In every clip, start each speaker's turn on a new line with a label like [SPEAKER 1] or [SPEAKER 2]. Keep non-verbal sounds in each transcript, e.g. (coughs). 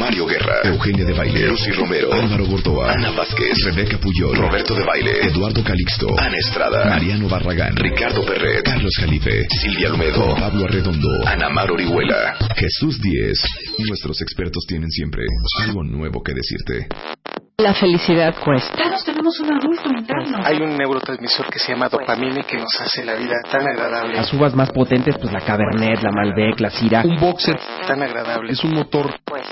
[SPEAKER 1] Mario Guerra, Eugenia de Baile, Lucy Romero, Álvaro Gordoa, Ana Vázquez, Rebeca Puyol, Roberto de Baile, Eduardo Calixto, Ana Estrada, Mariano Barragán, Ricardo Perret, Carlos Jalife, Silvia Almedo, Pablo Arredondo, Ana Mar Orihuela, Jesús Díez. Nuestros expertos tienen siempre algo nuevo que decirte.
[SPEAKER 2] La felicidad cuesta.
[SPEAKER 3] Todos tenemos un adulto interno.
[SPEAKER 4] Hay un neurotransmisor que se llama
[SPEAKER 5] Pues,
[SPEAKER 4] dopamina y que nos hace la vida tan agradable.
[SPEAKER 5] Las uvas más potentes, pues la Cabernet, la Malbec, la Syrah.
[SPEAKER 4] Un boxer tan agradable.
[SPEAKER 5] Es un motor.
[SPEAKER 2] Pues,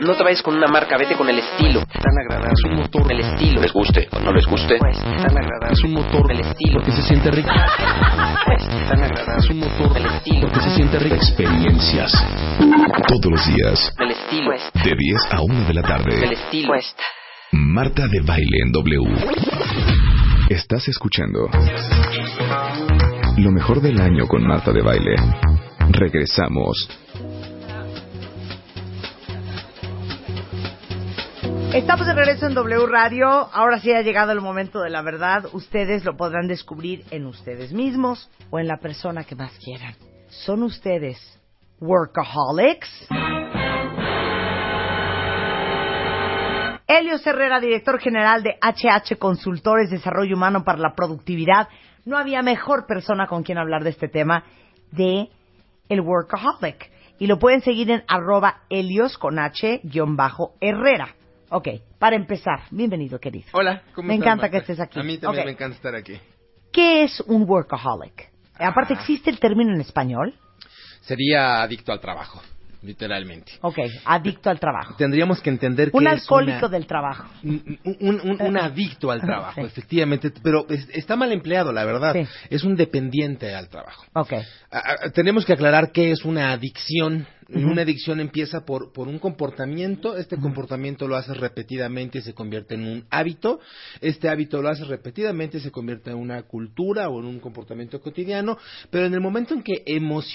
[SPEAKER 2] no te vayas con una marca, vete con el estilo.
[SPEAKER 4] Tan agradable.
[SPEAKER 2] Es un motor. El estilo.
[SPEAKER 6] Les guste o no les guste.
[SPEAKER 2] Pues, tan agradable.
[SPEAKER 5] Es un motor.
[SPEAKER 2] El estilo.
[SPEAKER 5] Porque se siente rico.
[SPEAKER 2] Pues,
[SPEAKER 4] tan agradable.
[SPEAKER 5] Es un motor.
[SPEAKER 2] El estilo.
[SPEAKER 5] Porque se siente rico.
[SPEAKER 1] Experiencias. Todos los días.
[SPEAKER 2] El estilo. Pues,
[SPEAKER 1] De 10 a 1 de la
[SPEAKER 2] el
[SPEAKER 1] tarde.
[SPEAKER 2] estilo.
[SPEAKER 1] Marta de Baile en W. Estás escuchando. Lo mejor del año con Marta de Baile. Regresamos.
[SPEAKER 7] Estamos de regreso en W Radio. Ahora sí ha llegado el momento de la verdad. Ustedes lo podrán descubrir en ustedes mismos o en la persona que más quieran. ¿Son ustedes workaholics? Elio Herrera, director general de HH Consultores Desarrollo Humano para la Productividad. No había mejor persona con quien hablar de este tema de el workaholic. Y lo pueden seguir en arroba Helios con H guión bajo Herrera. Ok, para empezar, bienvenido querido.
[SPEAKER 8] Hola, ¿cómo
[SPEAKER 7] Me
[SPEAKER 8] estás,
[SPEAKER 7] encanta que
[SPEAKER 8] Marta?
[SPEAKER 7] estés aquí.
[SPEAKER 8] A mí también
[SPEAKER 7] Ok.
[SPEAKER 8] me encanta estar aquí.
[SPEAKER 7] ¿Qué es un workaholic? Eh, Aparte,
[SPEAKER 8] Ah.
[SPEAKER 7] ¿existe el término en español?
[SPEAKER 8] Sería adicto al trabajo, literalmente.
[SPEAKER 7] Ok, adicto al trabajo.
[SPEAKER 8] Tendríamos que entender que
[SPEAKER 7] Un
[SPEAKER 8] es
[SPEAKER 7] alcohólico
[SPEAKER 8] una-
[SPEAKER 7] del trabajo.
[SPEAKER 8] un, un- un- un adicto al trabajo,
[SPEAKER 7] Sí.
[SPEAKER 8] efectivamente, pero es- está mal empleado, la verdad.
[SPEAKER 7] Sí.
[SPEAKER 8] Es un dependiente al trabajo.
[SPEAKER 7] Ok,
[SPEAKER 8] Ah, ah, tenemos que aclarar qué es una adicción. Y
[SPEAKER 7] Ujú.
[SPEAKER 8] Una adicción empieza por, por un comportamiento, este comportamiento lo haces repetidamente y se convierte en un hábito, este hábito lo haces repetidamente y se convierte en una cultura o en un comportamiento cotidiano, pero en el momento en que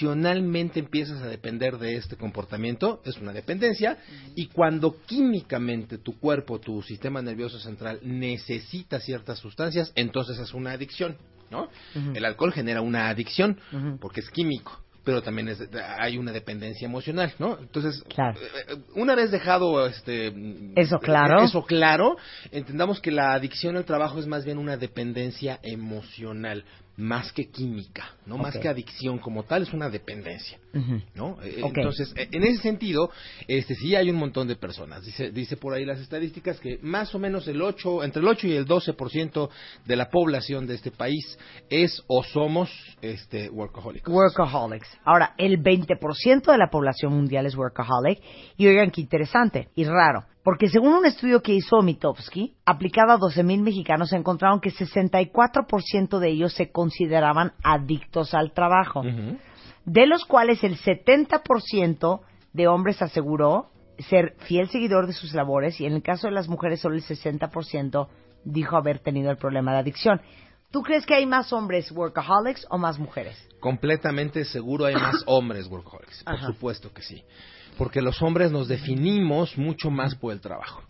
[SPEAKER 8] emocionalmente empiezas a depender de este comportamiento, es una dependencia, y cuando químicamente tu cuerpo, tu sistema nervioso central necesita ciertas sustancias, entonces es una adicción, ¿no? El alcohol genera una adicción
[SPEAKER 7] Ujú.
[SPEAKER 8] porque es químico, pero también es- hay una dependencia emocional, ¿no? Entonces,
[SPEAKER 7] Claro.
[SPEAKER 8] eh, eh, una vez dejado este mm,
[SPEAKER 7] Eso claro.
[SPEAKER 8] eh, eso claro, entendamos que la adicción al trabajo es más bien una dependencia emocional más que química, no más
[SPEAKER 7] Ok.
[SPEAKER 8] que adicción como tal, es una dependencia.
[SPEAKER 7] Ujú.
[SPEAKER 8] ¿no? Eh,
[SPEAKER 7] Ok.
[SPEAKER 8] Entonces, eh, en ese sentido, este sí hay un montón de personas. Dice, dice por ahí las estadísticas que más o menos el 8, entre el 8 y el 12% de la población de este país es o somos este workaholics.
[SPEAKER 7] Workaholics. Ahora, el 20% de la población mundial es workaholic. Y oigan qué interesante y raro. Porque según un estudio que hizo Mitofsky, aplicado a 12.000 mexicanos, encontraron que 64% de ellos se consideraban adictos al trabajo.
[SPEAKER 8] Ujú.
[SPEAKER 7] de los cuales el 70% de hombres aseguró ser fiel seguidor de sus labores y en el caso de las mujeres solo el 60% dijo haber tenido el problema de adicción. ¿Tú crees que hay más hombres workaholics o más mujeres?
[SPEAKER 8] Completamente seguro hay
[SPEAKER 7] (coughs)
[SPEAKER 8] más hombres workaholics, por
[SPEAKER 7] Ajá.
[SPEAKER 8] supuesto que sí, porque los hombres nos definimos mucho más por el trabajo.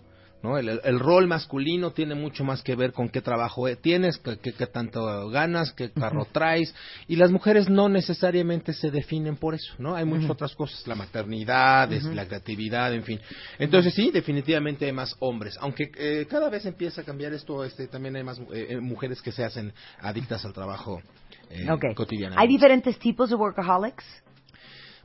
[SPEAKER 8] ¿No? El, el- el rol masculino tiene mucho más que ver con qué trabajo eh, tienes, qué, qué- qué tanto ganas, qué carro traes, y las mujeres no necesariamente se definen por eso, ¿no? Hay muchas otras cosas, la maternidad, es la creatividad, en fin. Entonces sí, definitivamente hay más hombres, aunque eh, cada vez empieza a cambiar esto, este, también hay más eh, eh, mujeres que se hacen adictas al trabajo eh,
[SPEAKER 7] Ok.
[SPEAKER 8] cotidianamente.
[SPEAKER 7] ¿Hay diferentes tipos de workaholics?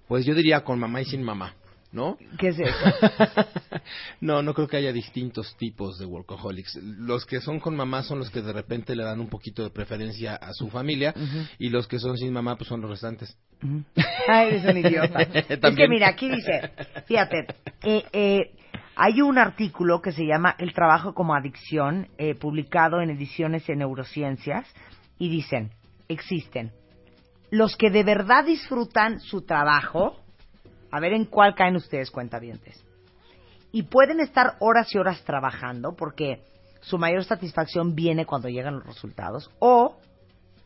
[SPEAKER 8] Pues yo diría con mamá y sin mamá, ¿no?
[SPEAKER 7] ¿Qué es eso?
[SPEAKER 8] (laughs) no, no creo que haya distintos tipos de workaholics. Los que son con mamá son los que de repente le dan un poquito de preferencia a su familia y los que son sin mamá pues son los restantes.
[SPEAKER 7] Ay, Ah, eres un idiota. es que
[SPEAKER 8] También.
[SPEAKER 7] mira, aquí dice, fíjate, eh, eh, hay un artículo que se llama El trabajo como adicción, eh, publicado en ediciones de neurociencias, y dicen, existen los que de verdad disfrutan su trabajo A ver en cuál caen ustedes cuentavientes. Y pueden estar horas y horas trabajando porque su mayor satisfacción viene cuando llegan los resultados. O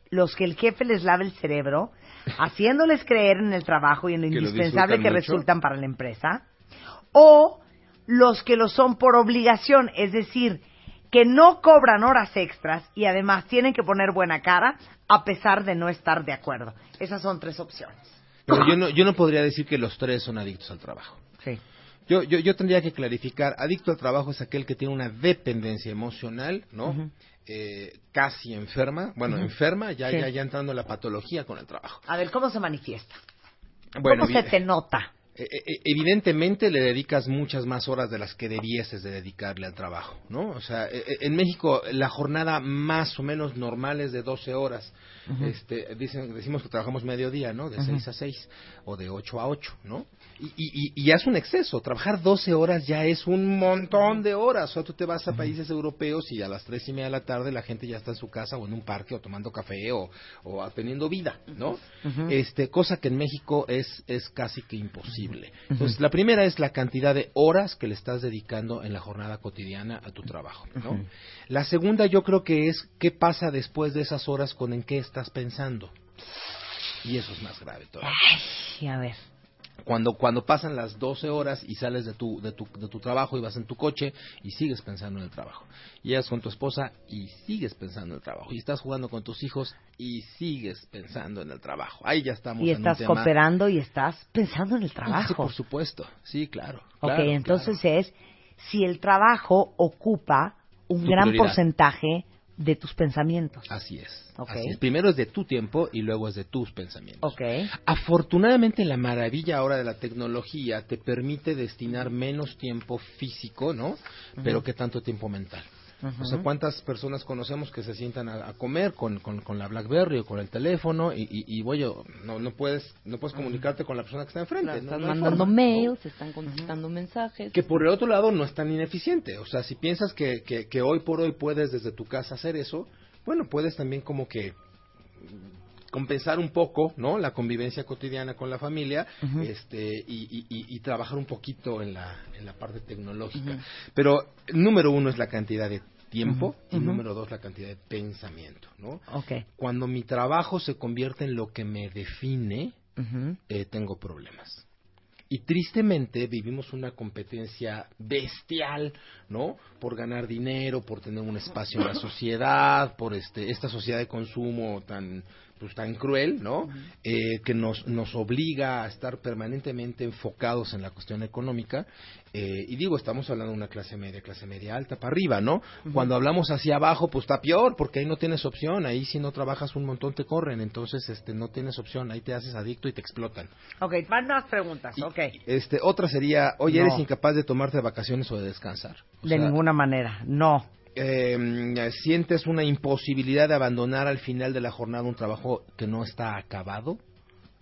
[SPEAKER 7] los que el jefe les lava el
[SPEAKER 8] (laughs)
[SPEAKER 7] cerebro, haciéndoles creer en el trabajo y en lo
[SPEAKER 8] Que lo
[SPEAKER 7] indispensable
[SPEAKER 8] disfrutan
[SPEAKER 7] que
[SPEAKER 8] mucho.
[SPEAKER 7] resultan para la empresa, o los que lo son por obligación, es decir, que no cobran horas extras y además tienen que poner buena cara a pesar de no estar de acuerdo. Esas son tres opciones.
[SPEAKER 8] Pero yo no, yo no podría decir que los tres son adictos al trabajo.
[SPEAKER 7] Sí.
[SPEAKER 8] Yo, yo, yo tendría que clarificar, adicto al trabajo es aquel que tiene una dependencia emocional, ¿no? Eh, casi enferma, bueno, enferma, ya,
[SPEAKER 7] Sí.
[SPEAKER 8] ya, ya entrando en la patología con el trabajo.
[SPEAKER 7] A ver, ¿cómo se manifiesta?
[SPEAKER 8] Bueno,
[SPEAKER 7] ¿Cómo se
[SPEAKER 8] vi-
[SPEAKER 7] te nota?
[SPEAKER 8] Eh, eh, Evidentemente le dedicas muchas más horas de las que debieses de dedicarle al trabajo, ¿no? O sea, eh, eh, en México la jornada más o menos normal es de 12 horas. este, dicen, decimos que trabajamos mediodía, ¿no? De 6 a 6 o de 8 a 8, ¿no? Y, y, y- y ya es un exceso. Trabajar 12 horas ya es un montón de horas. O sea, tú te vas a países europeos y a las 3 y media de la tarde la gente ya está en su casa o en un parque o tomando café o, o teniendo vida, ¿no? este, cosa que en México es, es casi que imposible. Entonces, la primera es la cantidad de horas que le estás dedicando en la jornada cotidiana a tu trabajo. ¿no? La segunda yo creo que es qué pasa después de esas horas con en qué estás pensando. Y eso es más grave todavía
[SPEAKER 7] Sí, a ver.
[SPEAKER 8] cuando cuando pasan las 12 horas y sales de tu, de tu de tu trabajo y vas en tu coche y sigues pensando en el trabajo. Llegas con tu esposa y sigues pensando en el trabajo. Y estás jugando con tus hijos y sigues pensando en el trabajo. Ahí ya estamos
[SPEAKER 7] Y
[SPEAKER 8] en un
[SPEAKER 7] estás
[SPEAKER 8] tema-
[SPEAKER 7] cooperando y estás pensando en el
[SPEAKER 8] Sí,
[SPEAKER 7] trabajo.
[SPEAKER 8] por supuesto. Sí, claro.
[SPEAKER 7] Ok,
[SPEAKER 8] claro,
[SPEAKER 7] entonces
[SPEAKER 8] claro.
[SPEAKER 7] es si el trabajo ocupa un
[SPEAKER 8] Tu
[SPEAKER 7] gran
[SPEAKER 8] prioridad.
[SPEAKER 7] porcentaje de tus pensamientos.
[SPEAKER 8] Así es.
[SPEAKER 7] Ok.
[SPEAKER 8] así es. Primero es de tu tiempo y luego es de tus pensamientos.
[SPEAKER 7] Ok.
[SPEAKER 8] Afortunadamente la maravilla ahora de la tecnología te permite destinar menos tiempo físico, ¿no? Pero que tanto tiempo mental. O sea, ¿cuántas personas conocemos que se sientan a, a comer con, con, con la BlackBerry o con el teléfono y, y, y, oye, no, no puedes no puedes comunicarte con la persona que está
[SPEAKER 6] Claro,
[SPEAKER 8] enfrente? no-
[SPEAKER 6] están
[SPEAKER 8] no hay
[SPEAKER 6] mandando
[SPEAKER 8] forma, ¿no?
[SPEAKER 6] mails, están contestando mensajes.
[SPEAKER 8] Que por el otro lado no es tan ineficiente. O sea, si piensas que, que, que hoy por hoy puedes desde tu casa hacer eso, bueno, puedes también como que mm, compensar un poco, ¿no? La convivencia cotidiana con la familia este, y, y- y- y trabajar un poquito en la, en la parte tecnológica. Pero número uno es la cantidad de tiempo y número dos la cantidad de pensamiento, ¿no?
[SPEAKER 7] Ok.
[SPEAKER 8] Cuando mi trabajo se convierte en lo que me define,
[SPEAKER 7] Ujú.
[SPEAKER 8] eh, tengo problemas. Y tristemente vivimos una competencia bestial, ¿no? Por ganar dinero, por tener un espacio en la sociedad, por este, esta sociedad de consumo tan, pues, tan cruel, ¿no? Eh, que nos, nos obliga a estar permanentemente enfocados en la cuestión económica. Eh, y digo, estamos hablando de una clase media, clase media alta para arriba, ¿no? Cuando hablamos hacia abajo, pues está peor, porque ahí no tienes opción, ahí si no trabajas un montón te corren, entonces este, no tienes opción, ahí te haces adicto y te explotan.
[SPEAKER 7] Ok, van más preguntas.
[SPEAKER 8] Y-
[SPEAKER 7] Ok.
[SPEAKER 8] Este, otra sería, oye, eres
[SPEAKER 7] No.
[SPEAKER 8] incapaz de tomarte vacaciones o de descansar. O
[SPEAKER 7] De
[SPEAKER 8] sea,
[SPEAKER 7] ninguna manera.
[SPEAKER 8] (laughs)
[SPEAKER 7] No.
[SPEAKER 8] eh, ¿Sientes una imposibilidad de abandonar al final de la jornada un trabajo que no está acabado?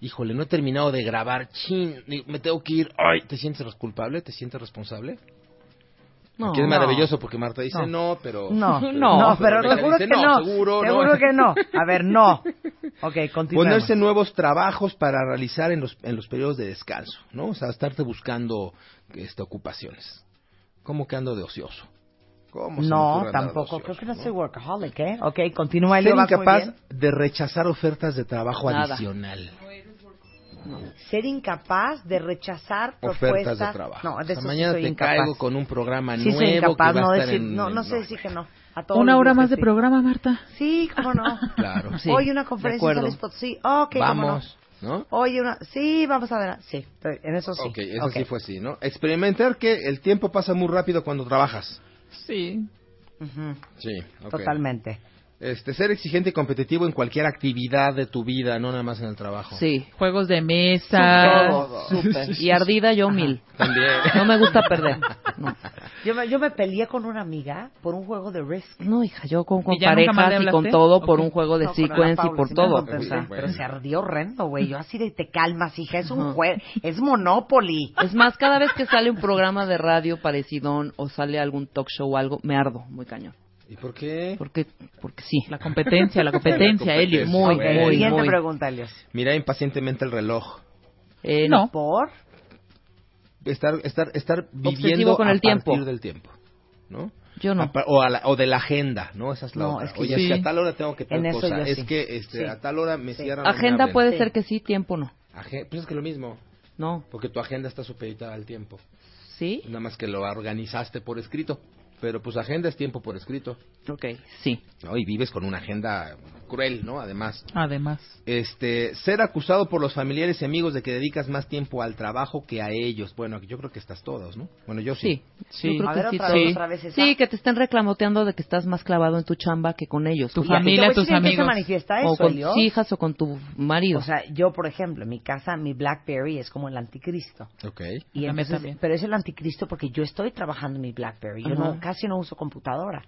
[SPEAKER 8] Híjole, no he terminado de grabar, chin, me tengo que ir. Ay, ¿te sientes res- culpable? ¿Te sientes responsable?
[SPEAKER 7] No,
[SPEAKER 8] que es
[SPEAKER 7] no.
[SPEAKER 8] maravilloso porque Marta dice
[SPEAKER 7] No.
[SPEAKER 8] no, pero (laughs)
[SPEAKER 7] No,
[SPEAKER 8] pero-
[SPEAKER 7] no, pero
[SPEAKER 8] Rebeca
[SPEAKER 7] seguro
[SPEAKER 8] dice,
[SPEAKER 7] que no.
[SPEAKER 8] seguro, no".
[SPEAKER 7] Seguro que no. A
[SPEAKER 8] (laughs)
[SPEAKER 7] ver, no. Ok, continuemos.
[SPEAKER 8] Ponerse nuevos trabajos para realizar en los, en los periodos de descanso, ¿no? O sea, estarte buscando este, ocupaciones. ¿Cómo que ando de ocioso? ¿Cómo se me
[SPEAKER 7] No,
[SPEAKER 8] ocurre andar de
[SPEAKER 7] tampoco.
[SPEAKER 8] ocioso,
[SPEAKER 7] Creo que no
[SPEAKER 8] no?
[SPEAKER 7] soy workaholic, ¿eh? Ok, continúa.
[SPEAKER 8] Ser
[SPEAKER 7] Elio, vas muy
[SPEAKER 8] incapaz
[SPEAKER 7] bien.
[SPEAKER 8] de rechazar ofertas de trabajo
[SPEAKER 6] Nada.
[SPEAKER 8] adicional.
[SPEAKER 7] Ser incapaz de rechazar
[SPEAKER 8] Ofertas
[SPEAKER 7] propuestas.
[SPEAKER 8] de trabajo.
[SPEAKER 7] No,
[SPEAKER 8] O
[SPEAKER 7] de
[SPEAKER 8] sea,
[SPEAKER 7] eso sí
[SPEAKER 8] mañana
[SPEAKER 7] soy
[SPEAKER 8] te
[SPEAKER 7] incapaz.
[SPEAKER 8] caigo con un programa
[SPEAKER 7] Sí, soy
[SPEAKER 8] nuevo
[SPEAKER 7] incapaz,
[SPEAKER 8] que va
[SPEAKER 7] no
[SPEAKER 8] a estar
[SPEAKER 7] decir,
[SPEAKER 8] en-
[SPEAKER 7] no, no
[SPEAKER 8] en-
[SPEAKER 7] sé decir que no. A todos
[SPEAKER 3] Una
[SPEAKER 7] les
[SPEAKER 3] hora
[SPEAKER 7] digo
[SPEAKER 3] más
[SPEAKER 7] que
[SPEAKER 3] de
[SPEAKER 7] sí.
[SPEAKER 3] programa, Marta.
[SPEAKER 7] Sí, cómo no.
[SPEAKER 8] (laughs) Claro.
[SPEAKER 6] Sí,
[SPEAKER 7] Hoy una
[SPEAKER 6] de
[SPEAKER 7] conferencia en
[SPEAKER 6] acuerdo.
[SPEAKER 7] San Luis Potosí. Ok, cómo no.
[SPEAKER 8] Vamos, ¿no?
[SPEAKER 7] Oye, una... sí, vamos a ver. Sí, estoy- en eso sí.
[SPEAKER 8] Ok, eso
[SPEAKER 7] Ok.
[SPEAKER 8] sí fue así, ¿no? Experimentar que el tiempo pasa muy rápido cuando trabajas.
[SPEAKER 3] Sí.
[SPEAKER 7] Ujú,
[SPEAKER 8] Sí, ok.
[SPEAKER 7] Totalmente.
[SPEAKER 8] Este, ser exigente y competitivo en cualquier actividad de tu vida, no nada más en el trabajo.
[SPEAKER 6] Sí.
[SPEAKER 3] Juegos de mesa.
[SPEAKER 6] Todo, súper. Y ardida yo mil.
[SPEAKER 8] También.
[SPEAKER 6] No me gusta perder. No,
[SPEAKER 7] Yo me, yo me peleé con una amiga por un juego de Risk.
[SPEAKER 6] No, hija, yo con, con
[SPEAKER 3] ¿Y ya nunca más
[SPEAKER 6] parejas
[SPEAKER 3] le
[SPEAKER 6] y con
[SPEAKER 3] hablaste?
[SPEAKER 6] todo por
[SPEAKER 3] Ok.
[SPEAKER 6] un juego de
[SPEAKER 7] No, con Ana
[SPEAKER 6] sequence y
[SPEAKER 7] Paula,
[SPEAKER 6] por
[SPEAKER 7] sí me
[SPEAKER 6] todo.
[SPEAKER 7] contestó,
[SPEAKER 6] o sea,
[SPEAKER 7] Pero
[SPEAKER 8] bueno.
[SPEAKER 7] se ardió horrendo, güey. Yo así de te calmas, hija. Es un
[SPEAKER 6] Ajá.
[SPEAKER 7] juego, es Monopoly.
[SPEAKER 6] Es más, cada vez que sale un programa de radio parecido o sale algún talk show o algo, me ardo muy cañón.
[SPEAKER 8] ¿Y por qué?
[SPEAKER 6] Porque, porque sí.
[SPEAKER 3] La competencia, la competencia, Elio.
[SPEAKER 6] Muy,
[SPEAKER 7] Ok,
[SPEAKER 6] muy,
[SPEAKER 7] siguiente
[SPEAKER 6] muy.
[SPEAKER 7] pregunta, Elios.
[SPEAKER 8] Mira impacientemente el reloj.
[SPEAKER 6] Eh,
[SPEAKER 3] No.
[SPEAKER 7] ¿Por?
[SPEAKER 8] estar estar estar
[SPEAKER 6] Obsesivo
[SPEAKER 8] viviendo
[SPEAKER 6] con
[SPEAKER 8] a
[SPEAKER 6] el tiempo.
[SPEAKER 8] partir del tiempo, ¿no?
[SPEAKER 6] Yo no.
[SPEAKER 8] A pa- O, a la- o de la agenda, ¿no? Esa es la
[SPEAKER 7] No,
[SPEAKER 8] otra.
[SPEAKER 7] es que
[SPEAKER 8] Oye,
[SPEAKER 3] sí.
[SPEAKER 8] es que a tal hora tengo que
[SPEAKER 7] En
[SPEAKER 8] tal
[SPEAKER 7] eso
[SPEAKER 8] cosa.
[SPEAKER 7] yo
[SPEAKER 8] Es
[SPEAKER 7] sí.
[SPEAKER 8] que este,
[SPEAKER 7] Sí.
[SPEAKER 8] a tal hora me
[SPEAKER 7] Sí.
[SPEAKER 8] cierran. o me
[SPEAKER 6] Agenda
[SPEAKER 8] abren.
[SPEAKER 6] puede
[SPEAKER 7] Sí.
[SPEAKER 6] ser que sí, tiempo no.
[SPEAKER 8] Agen- pues es que lo mismo,
[SPEAKER 6] No.
[SPEAKER 8] porque tu agenda está supeditada al tiempo.
[SPEAKER 6] ¿Sí?
[SPEAKER 8] Nada más que lo organizaste por escrito. Pero pues agenda es tiempo por escrito.
[SPEAKER 6] Ok. Sí.
[SPEAKER 8] ¿no? Y vives con una agenda cruel, ¿no? Además.
[SPEAKER 3] Además.
[SPEAKER 8] Este, ser acusado por los familiares y amigos de que dedicas más tiempo al trabajo que a ellos. Bueno, yo creo que estás todos, ¿no? Bueno, yo sí.
[SPEAKER 6] Sí. Yo creo
[SPEAKER 7] A
[SPEAKER 6] que
[SPEAKER 7] ver,
[SPEAKER 6] sí,
[SPEAKER 7] otra
[SPEAKER 6] todo.
[SPEAKER 7] vez, otra vez esa.
[SPEAKER 6] Sí, que te estén reclamoteando de que estás más clavado en tu chamba que con ellos.
[SPEAKER 3] Tu
[SPEAKER 6] Y-
[SPEAKER 3] familia,
[SPEAKER 7] Y te voy a
[SPEAKER 3] tus
[SPEAKER 7] decir en qué se
[SPEAKER 3] amigos.
[SPEAKER 7] manifiesta
[SPEAKER 6] o
[SPEAKER 7] eso,
[SPEAKER 6] con
[SPEAKER 7] Elio.
[SPEAKER 6] tus hijas o con tu marido.
[SPEAKER 7] O sea, yo, por ejemplo, en mi casa, mi BlackBerry es como el anticristo.
[SPEAKER 8] Ok.
[SPEAKER 7] Y
[SPEAKER 3] La mía
[SPEAKER 7] entonces-
[SPEAKER 3] también.
[SPEAKER 7] pero es el anticristo porque yo estoy trabajando en mi BlackBerry. Yo no,
[SPEAKER 6] Ajá.
[SPEAKER 7] casi no uso computadora.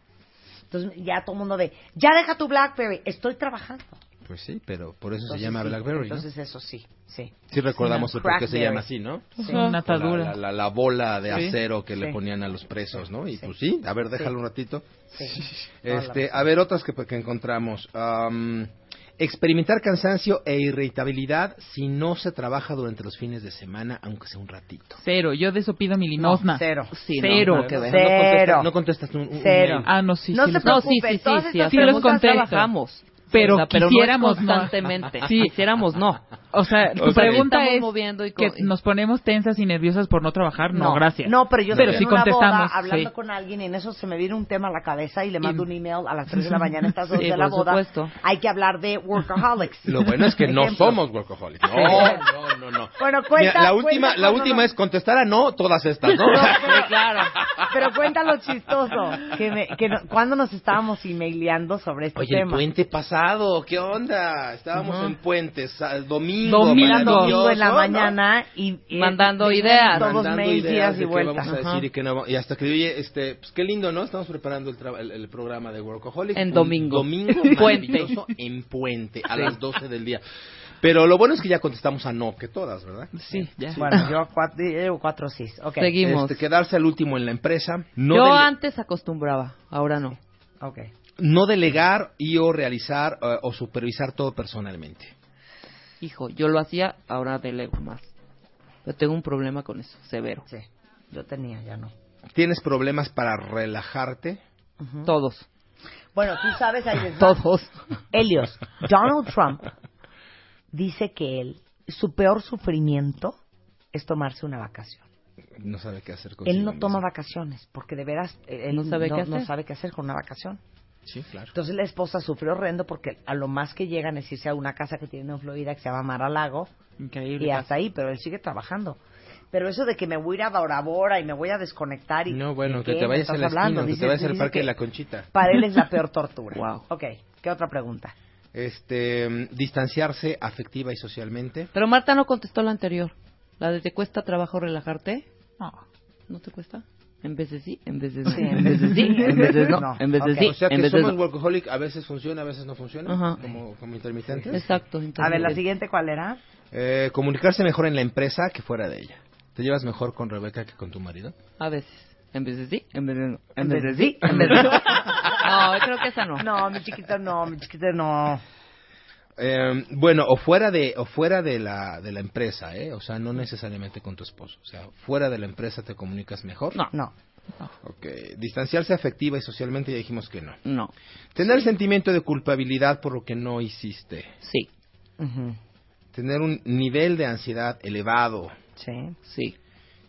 [SPEAKER 7] Entonces ya todo el mundo de, ya deja tu BlackBerry, estoy trabajando.
[SPEAKER 8] Pues sí, pero por eso
[SPEAKER 7] Entonces,
[SPEAKER 8] se llama
[SPEAKER 7] sí,
[SPEAKER 8] BlackBerry, ¿no?
[SPEAKER 7] Entonces eso sí, sí.
[SPEAKER 8] Sí recordamos
[SPEAKER 7] Sí,
[SPEAKER 8] el por qué se
[SPEAKER 7] Crackberry.
[SPEAKER 8] llama así, ¿no?
[SPEAKER 3] Es
[SPEAKER 7] Sí.
[SPEAKER 3] una
[SPEAKER 8] La, la,
[SPEAKER 3] atadura.
[SPEAKER 8] la- la bola de
[SPEAKER 3] Sí.
[SPEAKER 8] acero que le
[SPEAKER 7] Sí.
[SPEAKER 8] ponían a los presos, ¿no? Y
[SPEAKER 7] Sí.
[SPEAKER 8] pues sí, a ver, déjalo
[SPEAKER 7] Sí.
[SPEAKER 8] un ratito.
[SPEAKER 7] sí. Toda la
[SPEAKER 8] Este,
[SPEAKER 7] razón.
[SPEAKER 8] a ver, otras que, que encontramos. Am, experimentar cansancio e irritabilidad si no se trabaja durante los fines de semana, aunque sea un ratito.
[SPEAKER 3] Cero. Yo de eso pido mi limosna.
[SPEAKER 7] No, cero.
[SPEAKER 6] Sí, no,
[SPEAKER 3] Cero.
[SPEAKER 6] nada que ver.
[SPEAKER 7] Cero.
[SPEAKER 8] No contestas, no contestas un, un- un
[SPEAKER 7] Cero.
[SPEAKER 8] mail.
[SPEAKER 3] Ah, no, sí.
[SPEAKER 7] No
[SPEAKER 3] sí
[SPEAKER 7] se
[SPEAKER 3] los-
[SPEAKER 6] No, sí,
[SPEAKER 7] preocupes,
[SPEAKER 6] sí,
[SPEAKER 7] todas
[SPEAKER 6] sí, sí,
[SPEAKER 7] estas
[SPEAKER 6] así los
[SPEAKER 3] preguntas
[SPEAKER 6] trabajamos.
[SPEAKER 3] Pero
[SPEAKER 6] O sea, pero no es
[SPEAKER 3] quisiéramos no.
[SPEAKER 6] constantemente.
[SPEAKER 3] Sí.
[SPEAKER 6] Quisiéramos no.
[SPEAKER 3] O sea, tu
[SPEAKER 6] sea,
[SPEAKER 3] pregunta
[SPEAKER 6] estamos
[SPEAKER 3] es
[SPEAKER 6] moviendo y
[SPEAKER 3] que
[SPEAKER 6] co-
[SPEAKER 3] nos ponemos tensas y nerviosas por no trabajar. No, gracias.
[SPEAKER 7] No, pero yo
[SPEAKER 8] Pero
[SPEAKER 7] estoy
[SPEAKER 8] sí
[SPEAKER 7] en una boda
[SPEAKER 3] contestamos,
[SPEAKER 7] hablando
[SPEAKER 3] sí.
[SPEAKER 7] con alguien y en eso se me viene un tema a la cabeza y le mando
[SPEAKER 3] Y-
[SPEAKER 7] un email a las 3 de la mañana, estas dos
[SPEAKER 6] Sí,
[SPEAKER 7] de la
[SPEAKER 6] por
[SPEAKER 7] boda.
[SPEAKER 6] supuesto.
[SPEAKER 7] Hay que hablar de workaholics.
[SPEAKER 8] Lo bueno
[SPEAKER 7] (laughs)
[SPEAKER 8] es que no
[SPEAKER 7] Ejemplo.
[SPEAKER 8] somos workaholics. No, no, no, no.
[SPEAKER 7] Bueno, cuenta-
[SPEAKER 8] Mira, la última,
[SPEAKER 7] cuenta
[SPEAKER 8] la
[SPEAKER 7] cuando
[SPEAKER 8] última
[SPEAKER 7] no-
[SPEAKER 8] es contestar a no todas estas, ¿no?
[SPEAKER 6] claro.
[SPEAKER 7] (laughs) Pero cuéntalo chistoso. Que me, que no- ¿Cuándo nos estábamos emaileando sobre este
[SPEAKER 8] Oye, el
[SPEAKER 7] tema?
[SPEAKER 8] puente pasado, ¿qué onda? Estábamos en puentes, al domingo.
[SPEAKER 3] Domingo.
[SPEAKER 7] domingo en
[SPEAKER 8] maravilloso,
[SPEAKER 7] la
[SPEAKER 8] ¿no?
[SPEAKER 7] mandando y, y-
[SPEAKER 6] Mandando
[SPEAKER 7] y-
[SPEAKER 6] ideas.
[SPEAKER 7] todos
[SPEAKER 8] Mandando
[SPEAKER 7] mails
[SPEAKER 8] ideas
[SPEAKER 7] días
[SPEAKER 8] de
[SPEAKER 7] y
[SPEAKER 8] qué
[SPEAKER 7] vueltas
[SPEAKER 8] vamos a decir y, qué no va- y hasta que, oye, este, pues qué lindo, ¿no? Estamos preparando el, tra- el- el programa de Workaholic.
[SPEAKER 6] En
[SPEAKER 8] Un
[SPEAKER 6] domingo.
[SPEAKER 7] (laughs)
[SPEAKER 8] Domingo
[SPEAKER 6] Puente.
[SPEAKER 8] maravilloso en puente, a las 12 del día. Pero lo bueno es que ya contestamos a no, que todas, ¿verdad?
[SPEAKER 6] Sí, ya.
[SPEAKER 7] bueno yo cuatro, yo digo cuatro cis okay
[SPEAKER 6] Seguimos.
[SPEAKER 8] Este, quedarse al último en la empresa. No
[SPEAKER 6] Yo
[SPEAKER 8] dele-
[SPEAKER 6] antes acostumbraba, ahora no.
[SPEAKER 7] okay
[SPEAKER 8] no delegar y o realizar eh, o supervisar todo personalmente.
[SPEAKER 6] Hijo, yo lo hacía, ahora delego más. Pero tengo un problema con eso, severo.
[SPEAKER 7] sí yo tenía ya no
[SPEAKER 8] ¿Tienes problemas para relajarte?
[SPEAKER 6] Todos,
[SPEAKER 7] bueno tú sabes ahí les va.
[SPEAKER 6] todos.
[SPEAKER 7] Helios Donald Trump dice que él su peor sufrimiento es tomarse una vacación
[SPEAKER 8] No sabe qué hacer con
[SPEAKER 7] él no toma vacaciones porque de veras eh, él
[SPEAKER 6] No sabe qué
[SPEAKER 7] no
[SPEAKER 6] hacer.
[SPEAKER 7] sabe qué hacer con una vacación
[SPEAKER 8] Sí, claro.
[SPEAKER 7] Entonces la esposa sufre horrendo porque a lo más que llegan es irse a una casa que tiene en Florida que se llama Mar-a-Lago
[SPEAKER 3] Increíble.
[SPEAKER 7] y hasta ahí, pero él sigue trabajando. Pero eso de que me voy a ir a Bora Bora y me voy a desconectar y...
[SPEAKER 8] No, bueno,
[SPEAKER 7] ¿de
[SPEAKER 8] que
[SPEAKER 7] qué
[SPEAKER 8] te
[SPEAKER 7] me
[SPEAKER 8] vayas a
[SPEAKER 7] estás
[SPEAKER 8] la esquina,
[SPEAKER 7] hablando?
[SPEAKER 8] que te
[SPEAKER 7] Dices-
[SPEAKER 8] vayas al
[SPEAKER 7] dices
[SPEAKER 8] parque
[SPEAKER 7] que
[SPEAKER 8] de la Conchita.
[SPEAKER 7] Para él es la peor tortura.
[SPEAKER 6] Wow.
[SPEAKER 7] Ok, ¿qué otra pregunta?
[SPEAKER 8] Este, mm, distanciarse afectiva y socialmente.
[SPEAKER 6] Pero Marta no contestó la anterior. La de te cuesta trabajo relajarte,
[SPEAKER 3] No.
[SPEAKER 6] ¿no te cuesta? En veces sí, en veces no.
[SPEAKER 7] Sí, en
[SPEAKER 6] en veces sí, en veces no.
[SPEAKER 7] No.
[SPEAKER 6] En veces Pues
[SPEAKER 7] Ok.
[SPEAKER 6] sí,
[SPEAKER 8] O sea
[SPEAKER 6] en
[SPEAKER 8] que
[SPEAKER 6] veces
[SPEAKER 8] somos
[SPEAKER 6] no.
[SPEAKER 8] workaholic, a veces funciona, a veces no funciona,
[SPEAKER 6] Ajá.
[SPEAKER 8] como, como intermitentes.
[SPEAKER 6] Exacto.
[SPEAKER 7] A ver, la
[SPEAKER 6] entonces-
[SPEAKER 7] siguiente, ¿cuál era?
[SPEAKER 8] Eh, comunicarse mejor en la empresa que fuera de ella. ¿Te llevas mejor con Rebeca que con tu marido?
[SPEAKER 6] A veces. En veces sí, en veces no. En
[SPEAKER 7] vez
[SPEAKER 6] veces
[SPEAKER 7] de
[SPEAKER 6] sí, en veces no. (laughs) No, creo que esa no.
[SPEAKER 7] No, mi chiquita, no, mi chiquita, no.
[SPEAKER 8] Eh, bueno, o fuera de o fuera de la, de la empresa, ¿eh? O sea,
[SPEAKER 6] Mm.
[SPEAKER 8] no necesariamente con tu esposo. O sea, fuera de la empresa te comunicas mejor.
[SPEAKER 6] No.
[SPEAKER 7] No.
[SPEAKER 8] Ok. Distanciarse afectiva y socialmente ya dijimos que no.
[SPEAKER 6] No.
[SPEAKER 8] Tener sentimiento de culpabilidad por lo que no hiciste.
[SPEAKER 6] Sí,
[SPEAKER 7] Ujú,
[SPEAKER 8] Tener un nivel de ansiedad elevado.
[SPEAKER 7] Sí.
[SPEAKER 6] sí.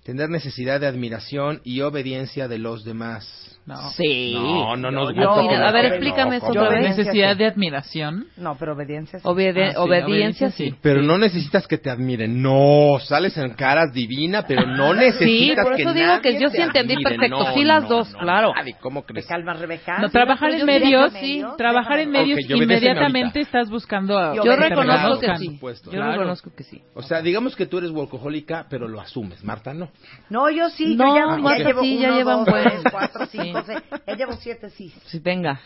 [SPEAKER 8] Tener necesidad de admiración y obediencia de los demás.
[SPEAKER 3] No.
[SPEAKER 6] Sí.
[SPEAKER 8] No, no nos
[SPEAKER 7] Yo-
[SPEAKER 8] gusta
[SPEAKER 7] yo-
[SPEAKER 8] como-
[SPEAKER 7] a ver,
[SPEAKER 8] no,
[SPEAKER 6] explícame eso
[SPEAKER 8] como-
[SPEAKER 6] otra vez.
[SPEAKER 3] Necesidad de admiración.
[SPEAKER 7] No, pero obediencia sí.
[SPEAKER 6] Obede-
[SPEAKER 3] Ah, sí,
[SPEAKER 6] obediencia, sí.
[SPEAKER 8] Pero no necesitas que te admiren. No, sales en caras divina, pero no necesitas
[SPEAKER 6] (laughs) Sí, por
[SPEAKER 8] que
[SPEAKER 6] eso digo que
[SPEAKER 8] nadie
[SPEAKER 6] yo
[SPEAKER 8] te
[SPEAKER 6] sí entendí
[SPEAKER 8] admire.
[SPEAKER 6] perfecto.
[SPEAKER 8] No,
[SPEAKER 6] Sí, las
[SPEAKER 8] no,
[SPEAKER 6] dos,
[SPEAKER 8] no,
[SPEAKER 6] claro.
[SPEAKER 8] nadie, ¿Cómo
[SPEAKER 7] Te
[SPEAKER 8] crees?
[SPEAKER 7] calmas, Rebeca.
[SPEAKER 6] Ah,
[SPEAKER 3] No,
[SPEAKER 7] Sí,
[SPEAKER 6] pues
[SPEAKER 3] trabajar
[SPEAKER 7] pero
[SPEAKER 3] en
[SPEAKER 7] yo diría
[SPEAKER 3] medios,
[SPEAKER 7] que
[SPEAKER 3] sí,
[SPEAKER 7] medios,
[SPEAKER 3] trabajar en
[SPEAKER 7] déjame-
[SPEAKER 3] medios
[SPEAKER 8] Ok, yo obedéceme ahorita.
[SPEAKER 3] inmediatamente estás buscando. a-
[SPEAKER 7] Yo
[SPEAKER 3] que
[SPEAKER 6] Yo
[SPEAKER 3] te
[SPEAKER 6] reconozco que
[SPEAKER 3] reconozcan.
[SPEAKER 6] sí.
[SPEAKER 8] supuesto.
[SPEAKER 6] Yo
[SPEAKER 8] Claro.
[SPEAKER 6] reconozco que sí.
[SPEAKER 8] O sea, digamos que tú eres workahólica, pero lo asumes. Marta no.
[SPEAKER 7] No, yo sí.
[SPEAKER 6] No,
[SPEAKER 7] yo ya,
[SPEAKER 6] Marta
[SPEAKER 7] ya llevo
[SPEAKER 6] sí, ya
[SPEAKER 7] uno,
[SPEAKER 6] lleva un
[SPEAKER 7] dos,
[SPEAKER 6] buen.
[SPEAKER 7] tres, cuatro, cinco,
[SPEAKER 6] Sí.
[SPEAKER 7] seis. Ya llevo siete sí.
[SPEAKER 6] Sí, venga.